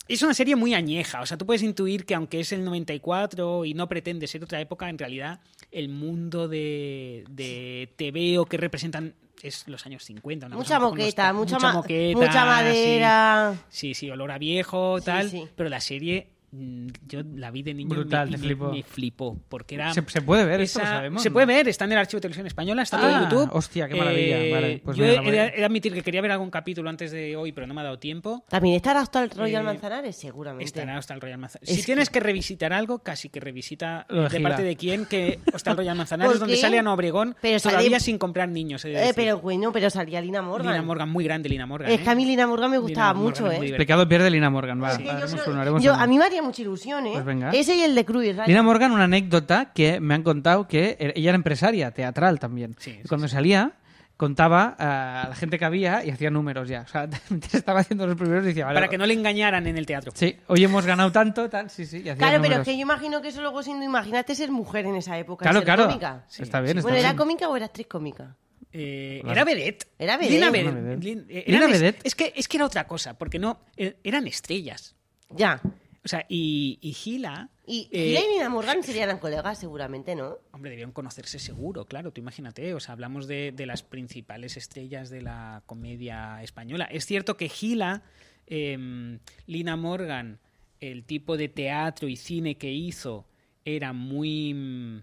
Es una serie muy añeja, o sea, tú puedes intuir que aunque es el 94 y no pretende ser otra época, en realidad el mundo de, de TVO que representan es los años 50. una
Mucha
cosa con los
moqueta,
ta-
mucha
mucha
ma-
moqueta,
mucha
sí.
madera.
Sí, sí, olor a viejo, tal.
sí.
Pero la serie, mm, yo la vi de niño. y
Brutal,
me,
te
me-
flipó.
me flipó. Porque era.
¿Se, se puede ver esto?
esa-
¿Lo sabemos?
Se puede ver, está en el archivo de televisión española, está todo
Ah,
en YouTube. Eh,
hostia, qué maravilla. Vale, pues
yo
mira,
he,
la voy a-
he de admitir que quería ver algún capítulo antes de hoy, pero no me ha dado tiempo.
También estará hasta el Royal
Eh,
Manzanares, seguramente.
Estará hasta el Royal Manzanares.
Es
si tienes que revisitar algo, casi que revisita
Lo de
de
Gila.
parte de quién que hasta el Royal Manzanares,
¿Por
donde
qué?
sale Ana Obregón,
Pero sale-
todavía sin comprar niños. he de
Eh,
decir.
pero bueno, pero salía Lina Morgan.
Lina Morgan, muy grande Lina Morgan.
Es
¿eh?
que a mí Lina Morgan me
Lina
gustaba
Morgan
mucho,
es
¿eh?
muy
Explicado pierde Lina Morgan. Va,
Es que yo
haremos
creo-
uno, haremos
yo-
uno.
a mí me haría mucha ilusión, ¿eh?
Pues venga.
Ese y el de Cruz, ¿vale?
Lina Morgan, una anécdota que me han contado que er- ella era empresaria teatral también.
Sí,
y
sí,
cuando salía, contaba eh, a la gente que había y hacía números ya. O sea, estaba haciendo los primeros y decía, vale,
Para que no le engañaran en el teatro.
Sí, hoy hemos ganado tanto, tal, sí, sí. y hacía
Claro, pero
números.
es que yo imagino que eso luego siendo, imagínate ser mujer en esa época.
Claro,
ser
claro.
cómica.
Sí, Está bien,
sí.
está
Bueno, ¿era
bien.
cómica o era actriz cómica?
Eh, Era Vedette.
Era vedette.
Lina
Era
Vedette.
vedette.
Lin- eh,
Lina
eran es-
vedette.
Es que, es que era otra cosa, porque no. eh, Eran estrellas.
Ya.
O sea, y, y Gila.
Y
eh,
Gila y Lina Morgan serían colegas, seguramente, ¿no?
Hombre, debieron conocerse seguro, claro, tú imagínate, o sea, hablamos de, de las principales estrellas de la comedia española. Es cierto que Gila, em, Lina Morgan, el tipo de teatro y cine que hizo era muy... mm,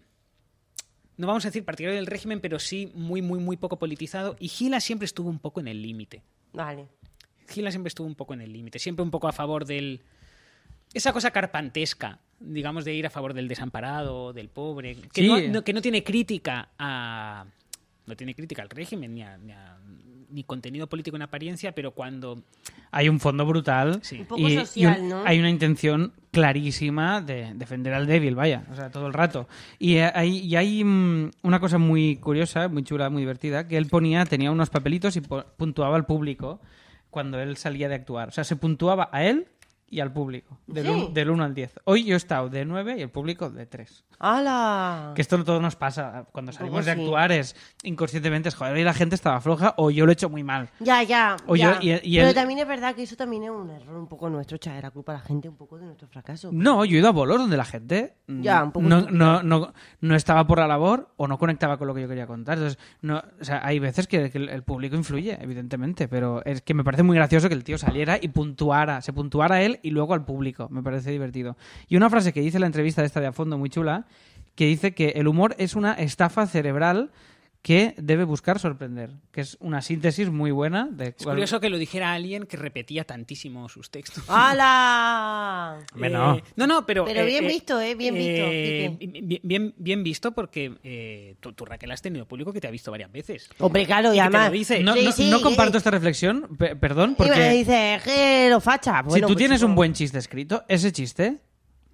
No vamos a decir partidario del régimen, pero sí muy, muy, muy poco politizado. Y Gila siempre estuvo un poco en el límite.
Vale.
Gila siempre estuvo un poco en el límite, siempre un poco a favor del. Esa cosa carpantesca, digamos, de ir a favor del desamparado, del pobre, que,
Sí.
no, no- que no tiene crítica a. No tiene crítica al régimen ni, a- ni, a- ni contenido político en apariencia, pero cuando.
Hay un fondo brutal.
Sí. Un
poco
y, y
social,
un-
¿no?
Hay una intención clarísima de defender al débil, vaya, o sea, todo el rato. Y eh, hay, y hay mm, una cosa muy curiosa, muy chula, muy divertida, que él ponía, tenía unos papelitos y po- puntuaba al público cuando él salía de actuar. O sea, se puntuaba a él y al público, del
Sí.
un- del 1 al 10. Hoy yo he estado de 9 y el público de 3.
¡Hala!
Que esto todo nos pasa. Cuando salimos de
sí.
actuar es inconscientemente, es joder, y la gente estaba floja o yo lo he hecho muy mal.
Ya, ya.
Oye,
ya.
y- y
Pero
el-
también es verdad que eso también es un error un poco nuestro, echar la culpa a la gente un poco de nuestro fracaso.
No, yo he ido a bolos donde la gente mm,
Ya, un poco
no,
estúpida.
no, no, no estaba por la labor o no conectaba con lo que yo quería contar. Entonces, no, o sea, hay veces que, que el- el público influye, evidentemente, pero es que me parece muy gracioso que el tío saliera y puntuara, se puntuara a él y luego al público. Me parece divertido. Y una frase que dice en la entrevista esta de a fondo muy chula, que dice que el humor es una estafa cerebral que debe buscar sorprender, que es una síntesis muy buena de
Es curioso que lo dijera alguien que repetía tantísimo sus textos.
¡Hala!
Ah, Hombre,
Eh,
no.
no, no, pero.
Pero bien visto, eh, bien visto, Quique.
bien- bien, bien visto porque eh, tú, tú, Raquel, has tenido público que te ha visto varias veces.
Hombre, claro, y
que te lo
además...
dice.
No,
Sí,
no-
sí,
no
y-
comparto esta reflexión, pe- perdón,
Y me
porque
dice, "Je, lo facha. Bueno,
si tú
pues,
tienes
chico.
un buen chiste escrito, ese chiste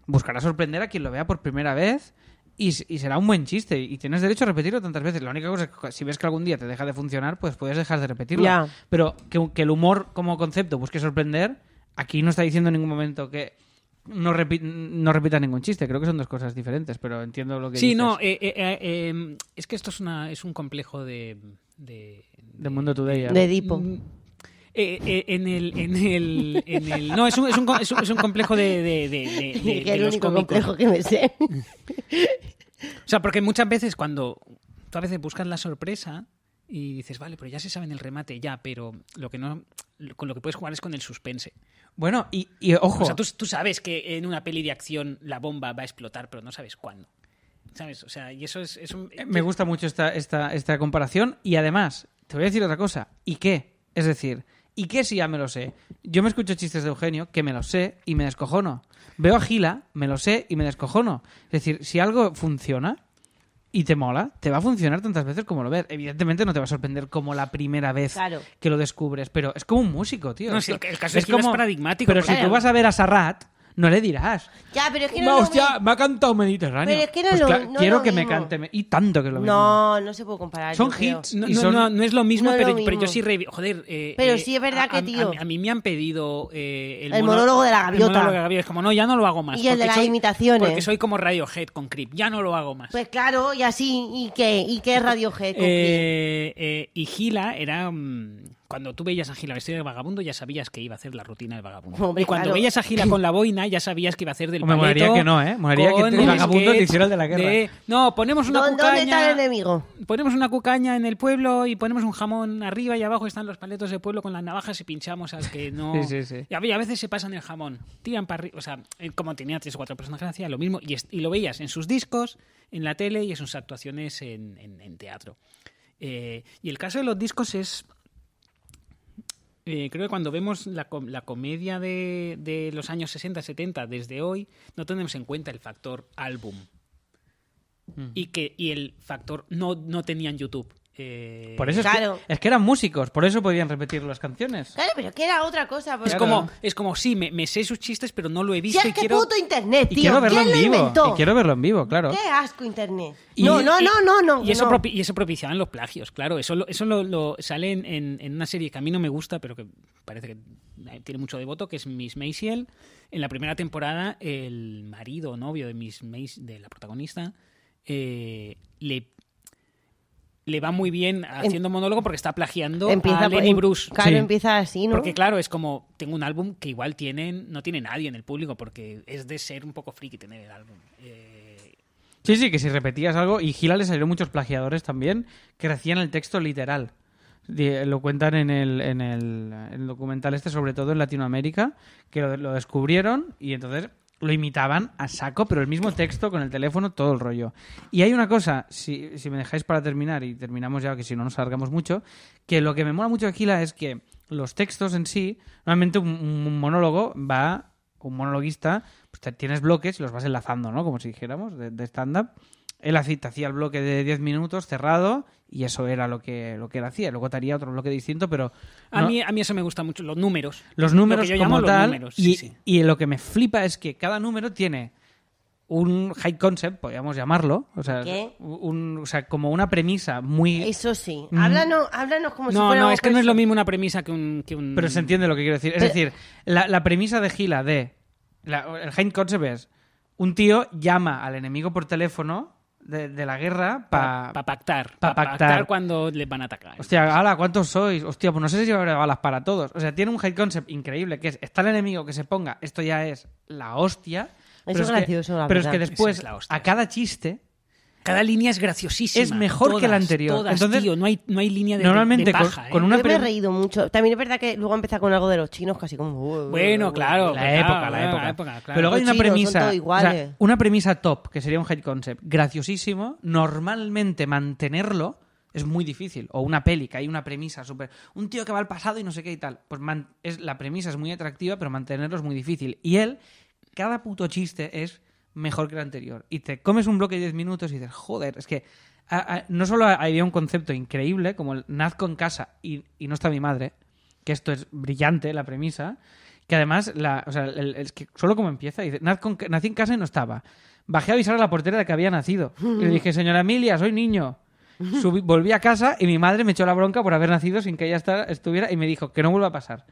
buscará sorprender a quien lo vea por primera vez y, s- y será un buen chiste y tienes derecho a repetirlo tantas veces. La única cosa es que si ves que algún día te deja de funcionar, pues puedes dejar de repetirlo.
Ya.
Pero que, que el humor como concepto busque sorprender, aquí no está diciendo en ningún momento que no, repi- no repita ningún chiste. Creo que son dos cosas diferentes, pero entiendo lo que
Sí,
dices.
no, eh, eh, eh, eh, es que esto es, una, es un complejo de... de-
De Mundo Today. ¿eh?
De Edipo.
Mm, eh, eh, en, el, en, el, en el... No, es un, es un, co- es un- es un complejo de, de, de- de-
que
de- de
el
los
único
cómicos.
complejo que me sé.
O sea, porque muchas veces cuando tú a veces buscas la sorpresa y dices, vale, pero ya se sabe en el remate, ya, pero lo que no... Con lo que puedes jugar es con el suspense.
Bueno, y, y ojo.
O sea, tú, tú sabes que en una peli de acción la bomba va a explotar, pero no sabes cuándo. ¿Sabes? O sea, y eso es, es un...
Eh, Me gusta mucho esta, esta, esta comparación. Y además, te voy a decir otra cosa. ¿Y qué? Es decir, ¿y qué si ya me lo sé? Yo me escucho chistes de Eugenio que me los sé y me descojono. Veo a Gila, me lo sé y me descojono. Es decir, si algo funciona y te mola, te va a funcionar tantas veces como lo ves. Evidentemente no te va a sorprender como la primera vez
Claro.
que lo descubres, pero es como un músico, tío.
No,
Esto-
sí, el caso es que no es paradigmático,
Pero
porque-
si tú vas a ver a Sarrat, no le dirás.
ya, pero es que
"Va,
no es lo
hostia,
mismo.
me ha cantado Mediterráneo.
Pero es que no
Pues
lo-
cla-
no
quiero
lo
que me
mismo.
cante. me- Y tanto que lo mismo.
No, no se puede comparar.
Son
yo creo.
hits.
No,
y
no,
son-
no, no es lo mismo,
No es
pero,
lo
pero yo
mismo.
sí revi- Joder. eh,
Pero
eh,
sí es verdad
a-
que,
a-
tío.
A, a mí me han pedido. eh, el,
El
mono-
monólogo de la
el
gaviota.
monólogo de la gaviota. Es como, no, ya no lo hago más.
Y el de
porque
las
soy-
imitaciones.
Porque soy como Radiohead con Creep. Ya no lo hago más.
Pues claro, y así, ¿y qué? ¿Y qué es Radiohead? con
Eh, eh, y Gila eh, era. mm, cuando tú veías a Gila vestido de vagabundo, ya sabías que iba a hacer la rutina del vagabundo.
Hombre,
y cuando
claro.
veías a Gila con la boina, ya sabías que iba a hacer del
Hombre, molaría
paleto
que no, ¿eh? Molaría que
con
el vagabundo te
sketch
hiciera el de la guerra.
No, ponemos una
¿Dó-
cucaña...
¿Dónde está el enemigo?
Ponemos una cucaña en el pueblo y ponemos un jamón arriba y abajo están los paletos del pueblo con las navajas y pinchamos al que no.
Sí, sí, sí.
Y a y a veces se pasan el jamón, tiran para arriba. O sea, eh, como tenía tres o cuatro personajes, hacía lo mismo. Y, es- y lo veías en sus discos, en la tele y en sus actuaciones en, en- en teatro. Eh, y el caso de los discos es. eh, creo que cuando vemos la, com- la comedia de, de los años 60-70 desde hoy, no tenemos en cuenta el factor álbum.
Mm.
Y, que, y el factor no, no tenían YouTube. Eh,
Por eso
Claro.
es, que, es que eran músicos, por eso podían repetir las canciones.
Claro, pero que era otra cosa. porque-
es, como, es como, sí, me, me sé sus chistes, pero no lo he
Si
visto.
es
y
que
quiero...
puto internet,
Y
tío.
quiero verlo
¿Quién
en
lo
vivo.
inventó?
Y quiero verlo en vivo, claro.
Qué asco internet.
Y-
no, no,
y-
no, no, no.
Y eso,
no.
propi- y eso propiciaban los plagios, claro. Eso, lo- eso lo, lo sale en, en- en una serie que a mí no me gusta, pero que parece que tiene mucho devoto, que es Miss Maisel. En la primera temporada, el marido o novio de Miss Maisel, de la protagonista, eh, le, le va muy bien haciendo monólogo porque está plagiando a
por-
Lenny
em-
Bruce.
Claro,
Sí.
empieza así, ¿no?
Porque claro, es como tengo un álbum que igual tienen, no tiene nadie en el público porque es de ser un poco friki tener el álbum. Eh,
Sí, sí, que si repetías algo, y Gila le salieron muchos plagiadores también, que hacían el texto literal. Di- Lo cuentan en el, en el, en el documental este, sobre todo en Latinoamérica, que lo, lo descubrieron y entonces lo imitaban a saco, pero el mismo texto con el teléfono, todo el rollo. Y hay una cosa, si, si me dejáis para terminar, y terminamos ya, que si no nos alargamos mucho, que lo que me mola mucho de Gila es que los textos en sí, normalmente un- un monólogo va un monologuista, pues te- tienes bloques y los vas enlazando, ¿no? Como si dijéramos, de, de stand-up. Él haci- te hacía el bloque de 10 minutos cerrado y eso era lo que, lo que él hacía. Luego te haría otro bloque distinto, pero...
a,
no-
mí, a mí eso me gusta mucho, los números.
los números
Lo que yo
como
llamo los
tal
números,
y,
sí, sí.
y lo que me flipa es que cada número tiene un high concept, podríamos llamarlo, o sea,
¿Qué?
un, o sea como una premisa muy...
Eso sí. Háblanos, háblanos como si
Mm. no,
fuera
no, es que no es lo mismo una premisa que un... que un-
Pero se entiende lo que quiero decir. Es
Pero-
decir, la, la premisa de Gila de... la- el high concept es un tío llama al enemigo por teléfono de, de la guerra
Para
para...
pactar.
pa
Para
pactar.
pactar cuando les van a atacar.
Hostia, ala, ¿cuántos sois? Hostia, pues no sé si habrá balas para todos. O sea, tiene un high concept increíble, que es, está el enemigo que se ponga, esto ya es la hostia.
Eso
pero
es
que-
gracioso, la
Pero es
verdad.
que después,
Esa es la hostia.
a cada chiste,
Cada línea es graciosísima.
Es mejor que la
Todas,
anterior.
todas,
Entonces,
tío, no hay, no hay línea de,
normalmente
de
con-
paja, ¿eh?
con una
Yo me he
pre-
reído mucho. También es verdad que luego empieza con algo de los chinos, casi como.
Bueno, claro.
la,
claro,
época,
claro,
la época,
claro.
Pero luego hay una
Los chinos son
premisa,
todos iguales.
o sea, una premisa top, que sería un high concept, graciosísimo, normalmente mantenerlo es muy difícil. O una peli, que hay una premisa súper... Un tío que va al pasado y no sé qué y tal. Pues man- es, la premisa es muy atractiva, pero mantenerlo es muy difícil. Y él, cada puto chiste es mejor que el anterior. Y te comes un bloque de 10 minutos y dices, joder, es que... a- a- no solo había un concepto increíble como el nazco en casa y, y no está mi madre, que esto es brillante, la premisa, que además, la, o sea, el- el- es que solo como empieza, dice, "Naz con- nací en casa y no estaba. Bajé a avisar a la portera de que había nacido. Y le dije, señora Emilia, soy niño. Subí- volví a casa y mi madre me echó la bronca por haber nacido sin que ella esta- estuviera y me dijo que no vuelva a pasar.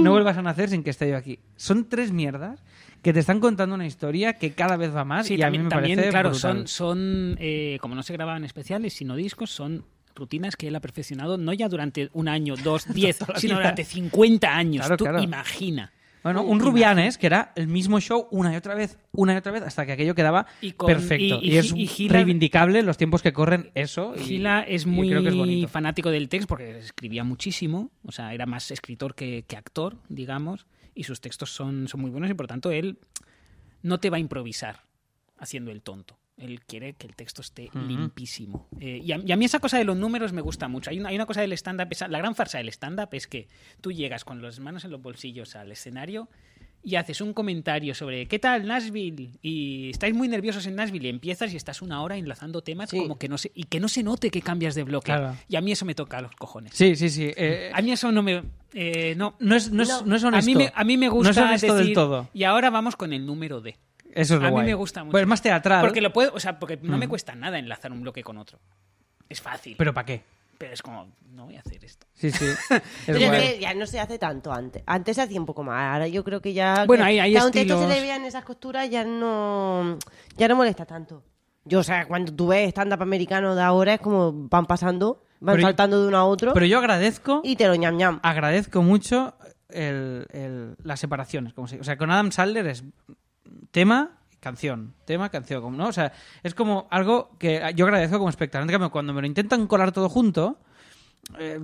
No vuelvas a nacer sin que esté yo aquí. Son tres mierdas que te están contando una historia que cada vez va más
Sí,
y a
también,
mí me
también,
parece
claro,
brutal.
son, son eh, como no se grababan especiales, sino discos, son rutinas que él ha perfeccionado no ya durante un año, dos, diez,
Toda la
sino
vida.
durante 50 años.
Claro,
Tú
claro.
imagina.
Bueno, un Rubianes que era el mismo show una y otra vez, una y otra vez, hasta que aquello quedaba
Y con-
perfecto. Y,
y- y
es
Gi- y Gila-
reivindicable los tiempos que corren eso. y-
Gila es
y
muy
creo que es bonito.
fanático del texto porque escribía muchísimo, o sea, era más escritor que, que actor, digamos, y sus textos son, son muy buenos y por tanto él no te va a improvisar haciendo el tonto. Él quiere que el texto esté limpísimo. Eh, y, a, y a mí esa cosa de los números me gusta mucho. Hay una, hay una cosa del stand-up, esa- la gran farsa del stand-up es que tú llegas con las manos en los bolsillos al escenario y haces un comentario sobre qué tal Nashville y estáis muy nerviosos en Nashville y empiezas y estás una hora enlazando temas
Sí.
como que no se, y que no se note que cambias de bloque.
Claro.
Y a mí eso me toca los cojones.
Sí, sí, sí. eh,
A mí eso no me... eh, no.
no, es, no, es, no es honesto.
A mí me, a mí me
No
gusta
es honesto
decir,
del todo.
Y ahora vamos con el número D.
Eso es lo
a mí
guay.
me gusta mucho.
Pero es más teatral.
Porque lo puedo, o sea, porque no me cuesta nada enlazar un bloque con otro. Es fácil. Mm. Pero,
Pero ¿para qué?
es como, no voy a hacer esto.
Sí, sí.
Pero
Es
es
guay.
que ya no se hace tanto antes. Antes se hacía un poco más. Ahora yo creo que ya.
Bueno,
que-
hay- hay
que a un texto se
estilos.
le vean esas costuras ya no. Ya no molesta tanto. Yo, o sea, cuando tú ves stand-up americano de ahora es como van pasando. Van
Pero-
saltando de uno a otro
Pero yo Ah, agradezco,
y te lo ñam ñam.
agradezco mucho el- el- las separaciones. Como se- o sea, con Adam Sandler es tema, canción, tema, canción. como- ¿no? O sea, es como algo que yo agradezco como espectador. En cambio, cuando me lo intentan colar todo junto, eh,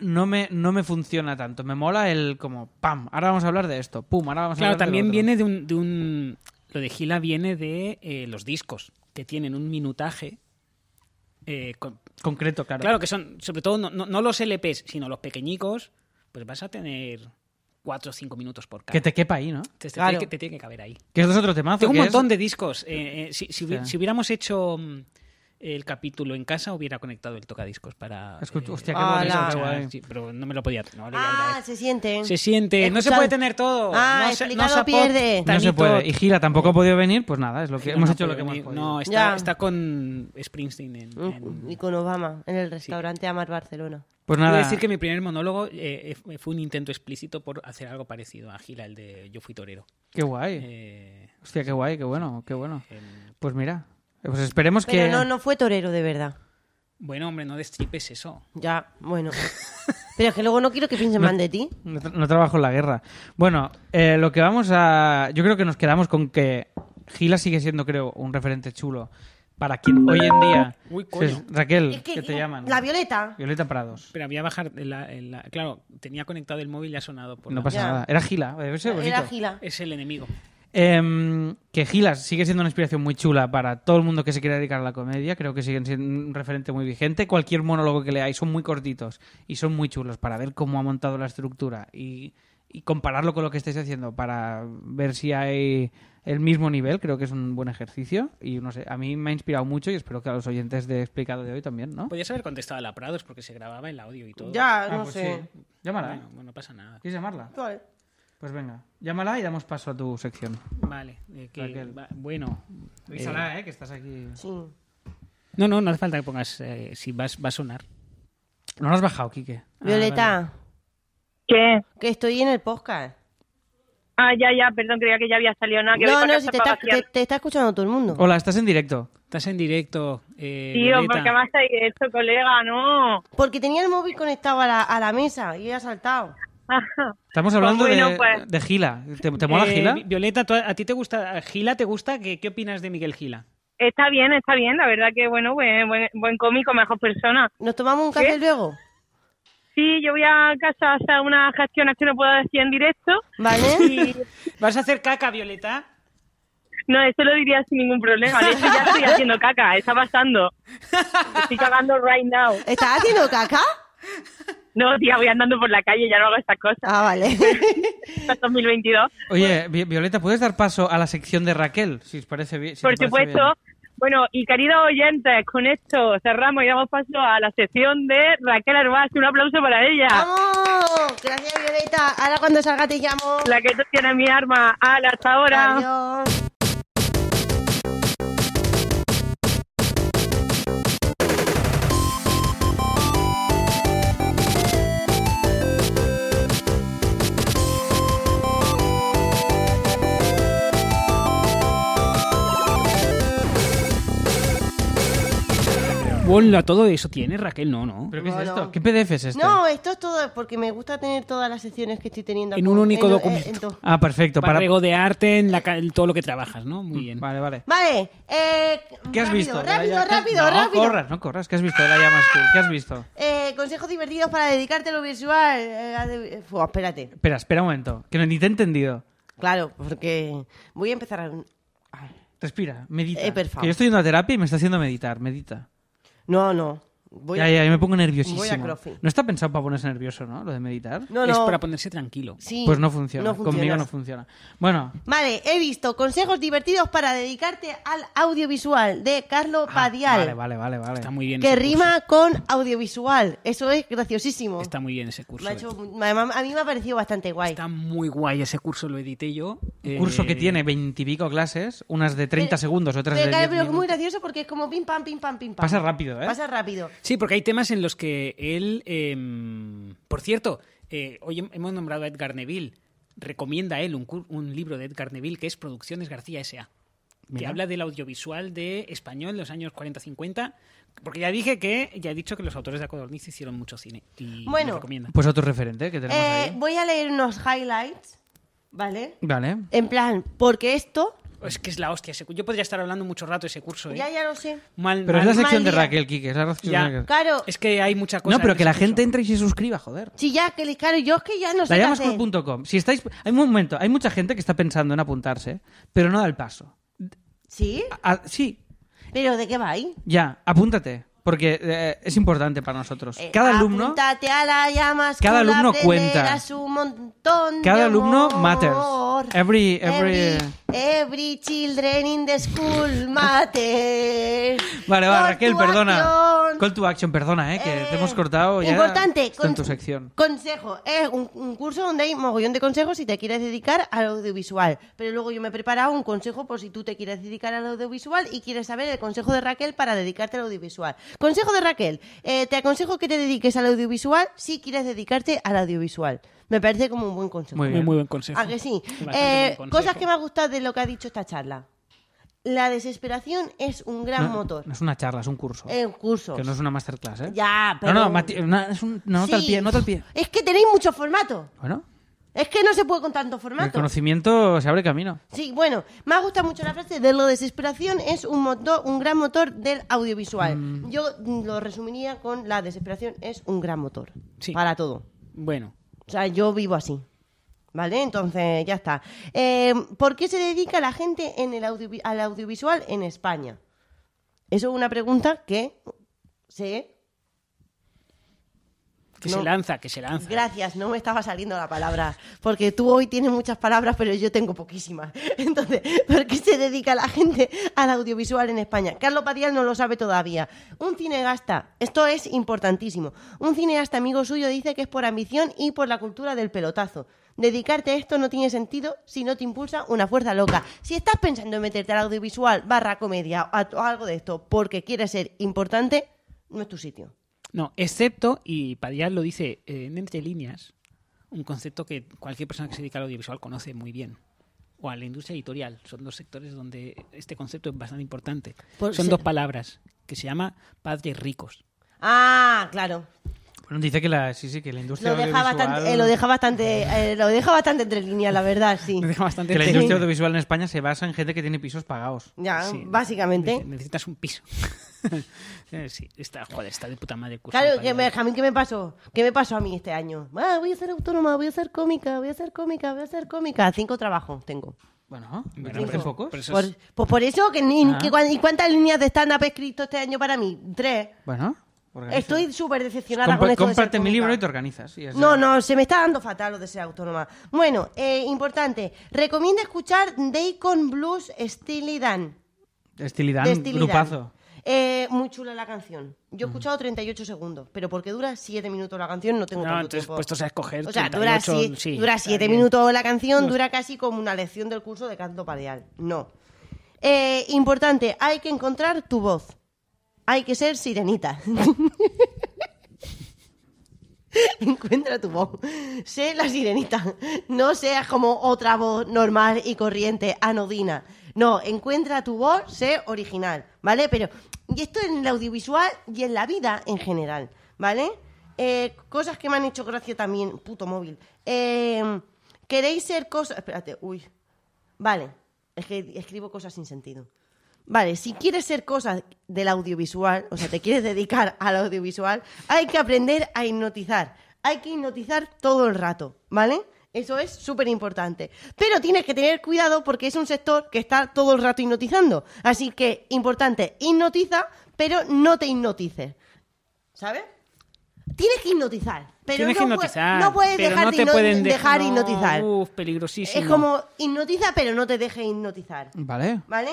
no, me, no me funciona tanto. Me mola el como, pam, ahora vamos a hablar de esto, pum, ahora vamos a
Claro,
hablar de lo
también
otro.
viene de un, de un- Lo de Gila viene de eh, los discos, que tienen un minutaje. eh, con-
Concreto, claro.
claro, que son, sobre todo, no, no- no los LPs, sino los pequeñicos, pues vas a tener cuatro o cinco minutos por cada.
Que te quepa ahí, ¿no?
Te, te
Claro.
tiene que, te tiene que caber ahí.
Que esto es otro temazo.
Tengo un
que
montón
es-
de discos. eh, eh, si, si hubi-
Sí.
si hubiéramos hecho mm, el capítulo en casa, hubiera conectado el tocadiscos para.
Escucha-
eh,
hostia,
qué guay,
escuchar,
qué
guay.
sí, pero no me lo podía. no lo
Ah,
agradezco.
se siente.
se siente. No se
Escuchad-
puede tener todo.
Ah,
no se,
explicado
se apot-
pierde.
No se
tanito-
puede. Y Gira tampoco ha podido venir, pues nada, es lo que
No,
hemos
no
hecho lo
puede
que hemos
venir.
podido.
Ya. Uh,
No, está, está con Springsteen en. en-
Mm, Y con Obama en el restaurante Amar Barcelona.
Pues
Quiero
nada.
decir que mi primer monólogo eh, eh, fue un intento explícito por hacer algo parecido a Gila, el de Yo fui torero.
Qué guay.
Eh,
Hostia, qué guay, qué bueno, qué bueno.
em,
Pues mira, pues esperemos que.
Pero no, no fue torero de verdad.
bueno, hombre, no destripes eso.
Ya, bueno. Pero es que luego no quiero que piensen mal de ti.
No, tra- no trabajo en la guerra. Bueno, eh, lo que vamos a. Yo creo que nos quedamos con que Gila sigue siendo, creo, un referente chulo para quien hoy en día.
Uy, coño.
Es Raquel,
Es
que, te llaman.
La Violeta.
Violeta Prados.
Pero había bajar. la- la- claro, tenía conectado el móvil y ha sonado por.
No
la-
pasa
Ya.
nada. Era Gila, debe ser bonito. Eh,
Era Gila.
Es el enemigo.
Em, que Gilas sigue siendo una inspiración muy chula para todo el mundo que se quiera dedicar a la comedia. Creo que siguen siendo un referente muy vigente. Cualquier monólogo que leáis son muy cortitos y son muy chulos para ver cómo ha montado la estructura y, y compararlo con lo que estáis haciendo para ver si hay el mismo nivel. Creo que es un buen ejercicio y no sé, a mí me ha inspirado mucho y espero que a los oyentes de explicado de hoy también, ¿no?
Podías haber contestado a la Prados porque se grababa el audio y todo.
Pues Ya,
Ah,
no
pues
sé.
sí. Llámala. ¿eh?
Bueno, bueno, no pasa nada.
¿Quieres llamarla?
Vale.
Pues venga, llámala y damos paso a tu sección.
Vale. eh, que-
Raquel.
va- bueno. eh,
Avísala, eh, que estás aquí.
Sí.
no, no, no hace falta que pongas. eh, si vas, va a sonar.
No lo has bajado, Quique. Ah,
Violeta,
¿Qué?
que estoy en el podcast.
Ah, ya, ya, perdón, creía que ya había salido nada. Ah, Que
No,
hoy para
no,
casa
si te
para
está, te,
vaciar.
te está escuchando todo el mundo.
Hola, estás en directo.
Estás en directo. Eh,
Tío,
Violeta.
¿por qué me has hecho, colega? No.
Porque tenía el móvil conectado a la, a la mesa y he saltado.
Estamos hablando
Pues bueno,
de,
pues.
de Gila. ¿Te, te mola
Eh,
Gila?
Vi- Violeta, ¿tú- ¿a ti te gusta a Gila? ¿Te gusta? ¿Qué, qué opinas de Miguel Gila?
Está bien, está bien. La verdad que, bueno, buen, buen, buen cómico, mejor persona.
¿Nos tomamos un café
¿Sí?
luego?
Sí, yo voy a casa a hacer unas gestiones que no puedo decir en directo.
¿Vale?
¿Vas a hacer caca, Violeta?
No, eso lo diría sin ningún problema. De hecho, ya estoy haciendo caca, está pasando. Estoy cagando right now.
¿Estás haciendo caca?
No, tía, voy andando por la calle, ya no hago estas cosas.
Ah, vale.
Hasta 2022.
Oye, Vi- Violeta, ¿puedes dar paso a la sección de Raquel? Si os parece bien. si
Por
te parece
supuesto. Bueno, y queridos oyentes, con esto cerramos y damos paso a la sección de Raquel Arbaz. Un aplauso para ella.
¡Vamos! Gracias, Violeta. Ahora cuando salga te llamo.
La que tú tienes mi arma. Al, hasta ahora.
Adiós.
Hola, todo eso tiene Raquel, no, no.
bien. ¿Pero qué es
No, no.
esto? ¿Qué PDF es este?
No, esto es todo porque me gusta tener todas las secciones que estoy teniendo.
En
como-
un único
en- eh,
documento.
en to-
Ah, perfecto.
para
Para...
regodearte en, la ca- en todo lo que trabajas, ¿no? Muy bien.
Vale, vale.
Vale. Eh,
¿Qué has
rápido,
visto?
Rápido,
Ya-
rápido,
no,
rápido.
corras, no corras. ¿Qué has visto de la llama School? ¿Qué has visto?
Eh, consejos divertidos para dedicarte a lo visual. Eh, a de- Fua, espérate.
Espera, espera un momento. Que no, ni te he entendido.
Claro, porque voy a empezar a... Ay,
Respira, medita.
Eh, por favor.
Que yo estoy yendo a terapia y me está haciendo meditar. Medita.
No, no. Voy
ya,
a-
ya, yo me pongo nerviosísimo.
voy a crossfit.
No está pensado para ponerse nervioso, ¿no? Lo de meditar.
No,
Es
no.
para ponerse tranquilo.
Sí,
Pues no funciona.
no
Conmigo
funciona.
no funciona. Bueno,
Vale, he visto consejos divertidos para dedicarte al audiovisual de Carlo
Ah,
Padial.
Vale, vale, vale, vale.
Está muy bien.
Que
ese curso.
rima con audiovisual. Eso es graciosísimo.
Está muy bien ese curso.
Me ha
eh.
hecho- además, a mí me ha parecido bastante guay.
Está muy guay ese curso, lo edité yo.
Un
Eh,
curso que tiene veintipico clases, unas de 30
Pero-
segundos, otras
Pero,
de
claro,
10
pero es muy
minutos.
gracioso porque es como pim pam, pim pam, pim pam.
Pasa rápido, ¿eh?
Pasa rápido.
Sí, porque hay temas en los que él. em, por cierto, eh, hoy hem- hemos nombrado a Edgar Neville. Recomienda él un, cur- un libro de Edgar Neville que es Producciones García S.A. que
Mira.
habla del audiovisual de español de los años 40-50, porque ya dije que, ya he dicho que los autores de Codorniz hicieron mucho cine. Y
Bueno.
lo recomiendo.
Pues otro referente que tenemos
Eh,
ahí.
voy a leer unos highlights, ¿vale?
Vale.
En plan, porque esto,
Es que es la hostia. ese cu- Yo podría estar hablando mucho rato de ese curso, ¿eh?
ya ya lo sé.
Mal,
Pero es
mal.
la sección de
día.
Raquel, Quique. Es la sección
Ya.
de Raquel.
Claro,
Es que hay mucha cosa.
No, pero
en
que la
ese curso.
gente entre y se suscriba, joder.
si ya, que le- claro, yo es que ya no sé qué hacer.
Layamascool.com. Si estáis. Hay un momento, hay mucha gente que está pensando en apuntarse, pero no da el paso.
¿Sí?
A- a- sí,
¿Pero de qué va ahí?
ya, apúntate. Porque eh, es importante para nosotros.
Eh,
Cada alumno.
apúntate a la llama school,
cada alumno
aprenderás
cuenta.
un montón de
Cada alumno
amor.
matters. Every- every-
every children in the school matters.
Vale, va,
Por
Raquel,
tu
perdona.
acción.
Call to action, perdona, eh, que
Eh,
te hemos cortado. Ya
Importante.
Está en
con-
tu sección.
Consejo. Es un, un curso donde hay mogollón de consejos si te quieres dedicar al audiovisual. Pero luego yo me he preparado un consejo por si tú te quieres dedicar al audiovisual y quieres saber el consejo de Raquel para dedicarte al audiovisual. Consejo de Raquel. eh, te aconsejo que te dediques al audiovisual si quieres dedicarte al audiovisual. Me parece como un buen consejo.
Muy
Muy,
bien.
muy buen consejo.
¿A que sí?
Bastante
Eh,
buen consejo.
cosas que me ha gustado de lo que ha dicho esta charla. La desesperación es un gran
No,
motor
no es una charla, es un curso.
en cursos.
que no es una masterclass, ¿eh?
Ya, pero...
No, no, Mati- una- es un- una nota al
Sí.
pie, nota al pie.
Es que tenéis mucho formato.
Bueno,
Es que no se puede con tanto
el
formato.
conocimiento se abre camino.
Sí, bueno, me ha gustado mucho la frase de la desesperación es un motor, un gran motor del audiovisual. Yo mm, lo resumiría con la desesperación es un gran motor
Sí.
para todo.
Bueno,
O sea, yo vivo así. ¿Vale? Entonces, ya está. Eh, ¿Por qué se dedica la gente en el audiovi- al audiovisual en España? Eso es una pregunta que se...
que
No.
se lanza, que se lanza.
Gracias, no me estaba saliendo la palabra. Porque tú hoy tienes muchas palabras, pero yo tengo poquísimas. Entonces, ¿por qué se dedica la gente al audiovisual en España? Carlos Padial no lo sabe todavía. Un cineasta, esto es importantísimo. Un cineasta amigo suyo dice que es por ambición y por la cultura del pelotazo. Dedicarte a esto no tiene sentido si no te impulsa una fuerza loca. Si estás pensando en meterte al audiovisual, barra comedia o a- o algo de esto porque quieres ser importante, no es tu sitio.
No, excepto, y Padial lo dice eh, en entre líneas, un concepto que cualquier persona que se dedica al audiovisual conoce muy bien. O a la industria editorial. Son dos sectores donde este concepto es bastante importante.
Por
Son
ser-
dos palabras que se llama padres ricos.
Ah, claro.
Bueno, dice que la, sí, sí, que la industria
lo deja
audiovisual...
bastante, eh, lo deja bastante, eh, lo deja bastante entre líneas, la verdad, sí.
Me deja bastante
Que la
triste.
industria audiovisual en España se basa en gente que tiene pisos pagados.
Ya,
Sí.
Ah, básicamente.
Dice, Necesitas un piso. Eh, sí, está, joder, está de puta madre el curso.
Claro,
de
que
Padial.
me, a mí, ¿qué me pasó? ¿Qué me pasó a mí este año? Ah, voy a ser autónoma, voy a ser cómica, voy a ser cómica, voy a ser cómica. Cinco trabajos tengo.
Bueno,
Bueno,
pero
pero-
pocos.
pero eso
Por-
es-
pues por eso, que, ni-
Ah.
que cuan- ¿y cuántas líneas de stand-up he escrito este año para mí? Tres.
Bueno, organiza.
Estoy súper decepcionada
Compa-
con esto de ser
comparte mi
cómica.
libro y te organizas. y ya
No,
está.
no, se me está dando fatal lo de ser autónoma. Bueno, eh, importante. Recomiendo escuchar Deacon Blues Steely Dan.
Estilidad,
de Steely Dan.
grupazo.
Eh, muy chula la canción.
Mm.
Yo he escuchado 38 segundos, pero porque dura 7 minutos la canción, no tengo
No,
tanto
entonces pues
tiempo.
puestos a escoger
O sea, dura
38,
7
sí, está bien. Pues
minutos la canción, dura casi como una lección del curso de canto pareal. No. Eh, importante, hay que encontrar tu voz. Hay que ser sirenita. Encuentra tu voz. Sé la sirenita. No seas como otra voz normal y corriente, anodina. No, encuentra tu voz, sé original, ¿vale? Pero, y esto en el audiovisual y en la vida en general, ¿vale? Eh, cosas que me han hecho gracia también, puto móvil. Eh, ¿Queréis ser cosas...? Espérate, uy. Vale, es que escribo cosas sin sentido. Vale, si quieres ser cosas del audiovisual, o sea, te quieres dedicar al audiovisual, hay que aprender a hipnotizar. Hay que hipnotizar todo el rato, ¿vale? Eso es súper importante. Pero tienes que tener cuidado porque es un sector que está todo el rato hipnotizando. Así que, importante, hipnotiza, pero no te hipnotices. ¿Sabes? Tienes que hipnotizar. Pero
Tienes
no
que
pue-
hipnotizar.
no puedes
pero
dejar,
no
de
te
hipno-
pueden de-
dejar
no,
hipnotizar.
Uf, peligrosísimo.
Es como hipnotiza, pero no te deje hipnotizar.
Vale.
¿Vale?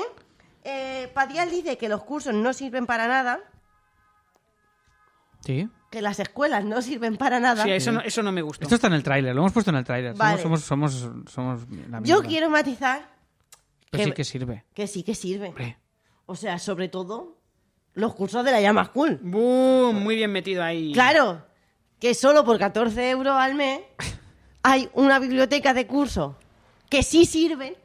Eh, Padial dice que los cursos no sirven para nada,
Sí.
que las escuelas no sirven para nada.
Sí, eso, no, eso no me gustó.
Esto está en el tráiler, lo hemos puesto en el tráiler.
Vale.
Somos, somos, somos, somos la
Yo
mierda.
quiero matizar
Pero sí
que-
que sirve.
que sí que sirve.
Hombre.
O sea, sobre todo los cursos de la llama school.
Boom, muy bien metido ahí.
Claro, que solo por 14 euros al mes hay una biblioteca de cursos que sí sirven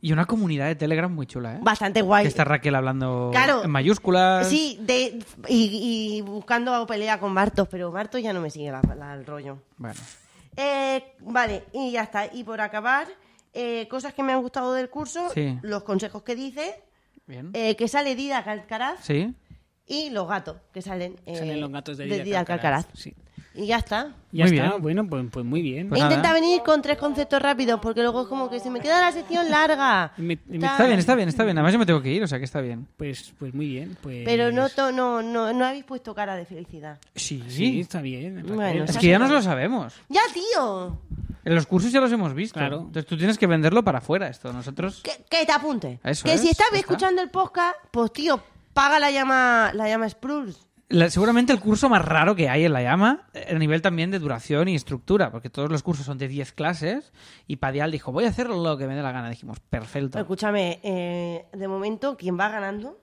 Y una comunidad de Telegram muy chula, ¿eh?
Bastante guay.
Que está Raquel hablando
Claro.
en mayúsculas.
Sí, de, y, y buscando pelea con Bartos, pero Bartos ya no me sigue la- la- el rollo.
Bueno.
Eh, vale, y ya está. Y por acabar, eh, cosas que me han gustado del curso,
Sí.
los consejos que dice,
Bien.
eh, que sale Dida Alcaraz
Sí.
y los gatos que salen, eh,
Salen los gatos de
de
Dida,
Dida
Alcaraz.
Alcaraz.
Sí.
Y ya está.
Ya
Muy
está,
bien.
bueno, pues, pues muy bien.
Pues
He
nada.
intentado venir con tres conceptos rápidos porque luego es como que se me queda la sección larga.
Y me- y me-
Tal.
Está bien, está bien, está bien. Además yo me tengo que ir, o sea que está bien.
Pues, pues muy bien. Pues...
Pero no, to- no, no, no habéis puesto cara de felicidad.
Sí.
Sí, está bien. Raquel.
Bueno.
Es que ya nos lo sabemos.
¡Ya, tío!
En los cursos ya los hemos visto.
Claro.
Entonces tú tienes que venderlo para afuera esto. Nosotros...
Que, que te apunte.
Eso
que
es,
si estás
ya está.
escuchando el podcast, pues tío, paga la llama, la llama Spruce.
La- seguramente el curso más raro que hay en la llama, eh, a nivel también de duración y estructura, porque todos los cursos son de 10 clases y Padial dijo, voy a hacer lo que me dé la gana. Dijimos, perfecto.
Escúchame, eh, de momento, quien va ganando?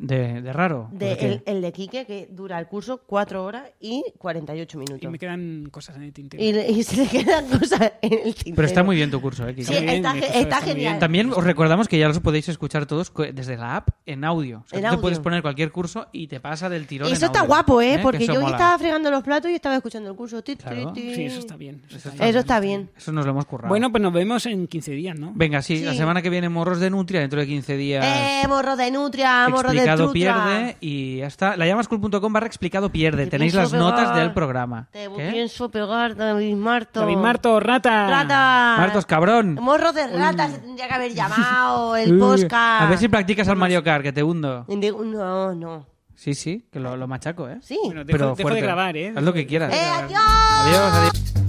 De, de raro.
De
¿Por qué?
el, el de Quique, que dura el curso 4 horas y 48
Y
minutos.
me quedan cosas en el tintero.
Y, le- y se le quedan cosas en el tintero.
Pero está muy bien tu curso, ¿eh? Kiko?
Sí,
Está muy
está,
bien, mi
ge- está
curso está muy
genial.
bien.
También os recordamos que ya los podéis escuchar todos co- desde la app en audio. O sea, tú
En
te
audio.
puedes poner cualquier curso y te pasa del tirón. en
Eso está
audio,
guapo, ¿eh?
Que
Porque
eso
yo hoy
mola.
estaba fregando los platos y estaba escuchando el curso. Ti, ti,
Claro.
ti.
Sí, eso está bien. eso está bien.
Eso está bien.
Eso nos lo hemos currado.
Bueno, pues nos vemos en 15 días, ¿no?
venga, sí, la
Sí.
semana que viene morros de Nutria, dentro de 15 días.
Eh, morro de nutria, morro de
explicado
trutra.
pierde y ya está. La llamascool.com barra explicado pierde.
Te
Tenéis las
pienso
notas
pegar.
del programa. ¿eh?
Te
¿Qué?
pienso pegar, David Marto.
David Marto, rata.
Rata.
Martos, cabrón.
Morro de rata se tendría que haber llamado el podcast.
A ver si practicas al Mario Kart, que te hundo.
Digo, No, no.
Sí, sí, que lo, lo machaco, ¿eh?
Sí.
Bueno, dejo,
Pero
dejo
fuerte.
de grabar, ¿eh?
Haz lo que quieras.
¡Eh,
Adiós, adiós.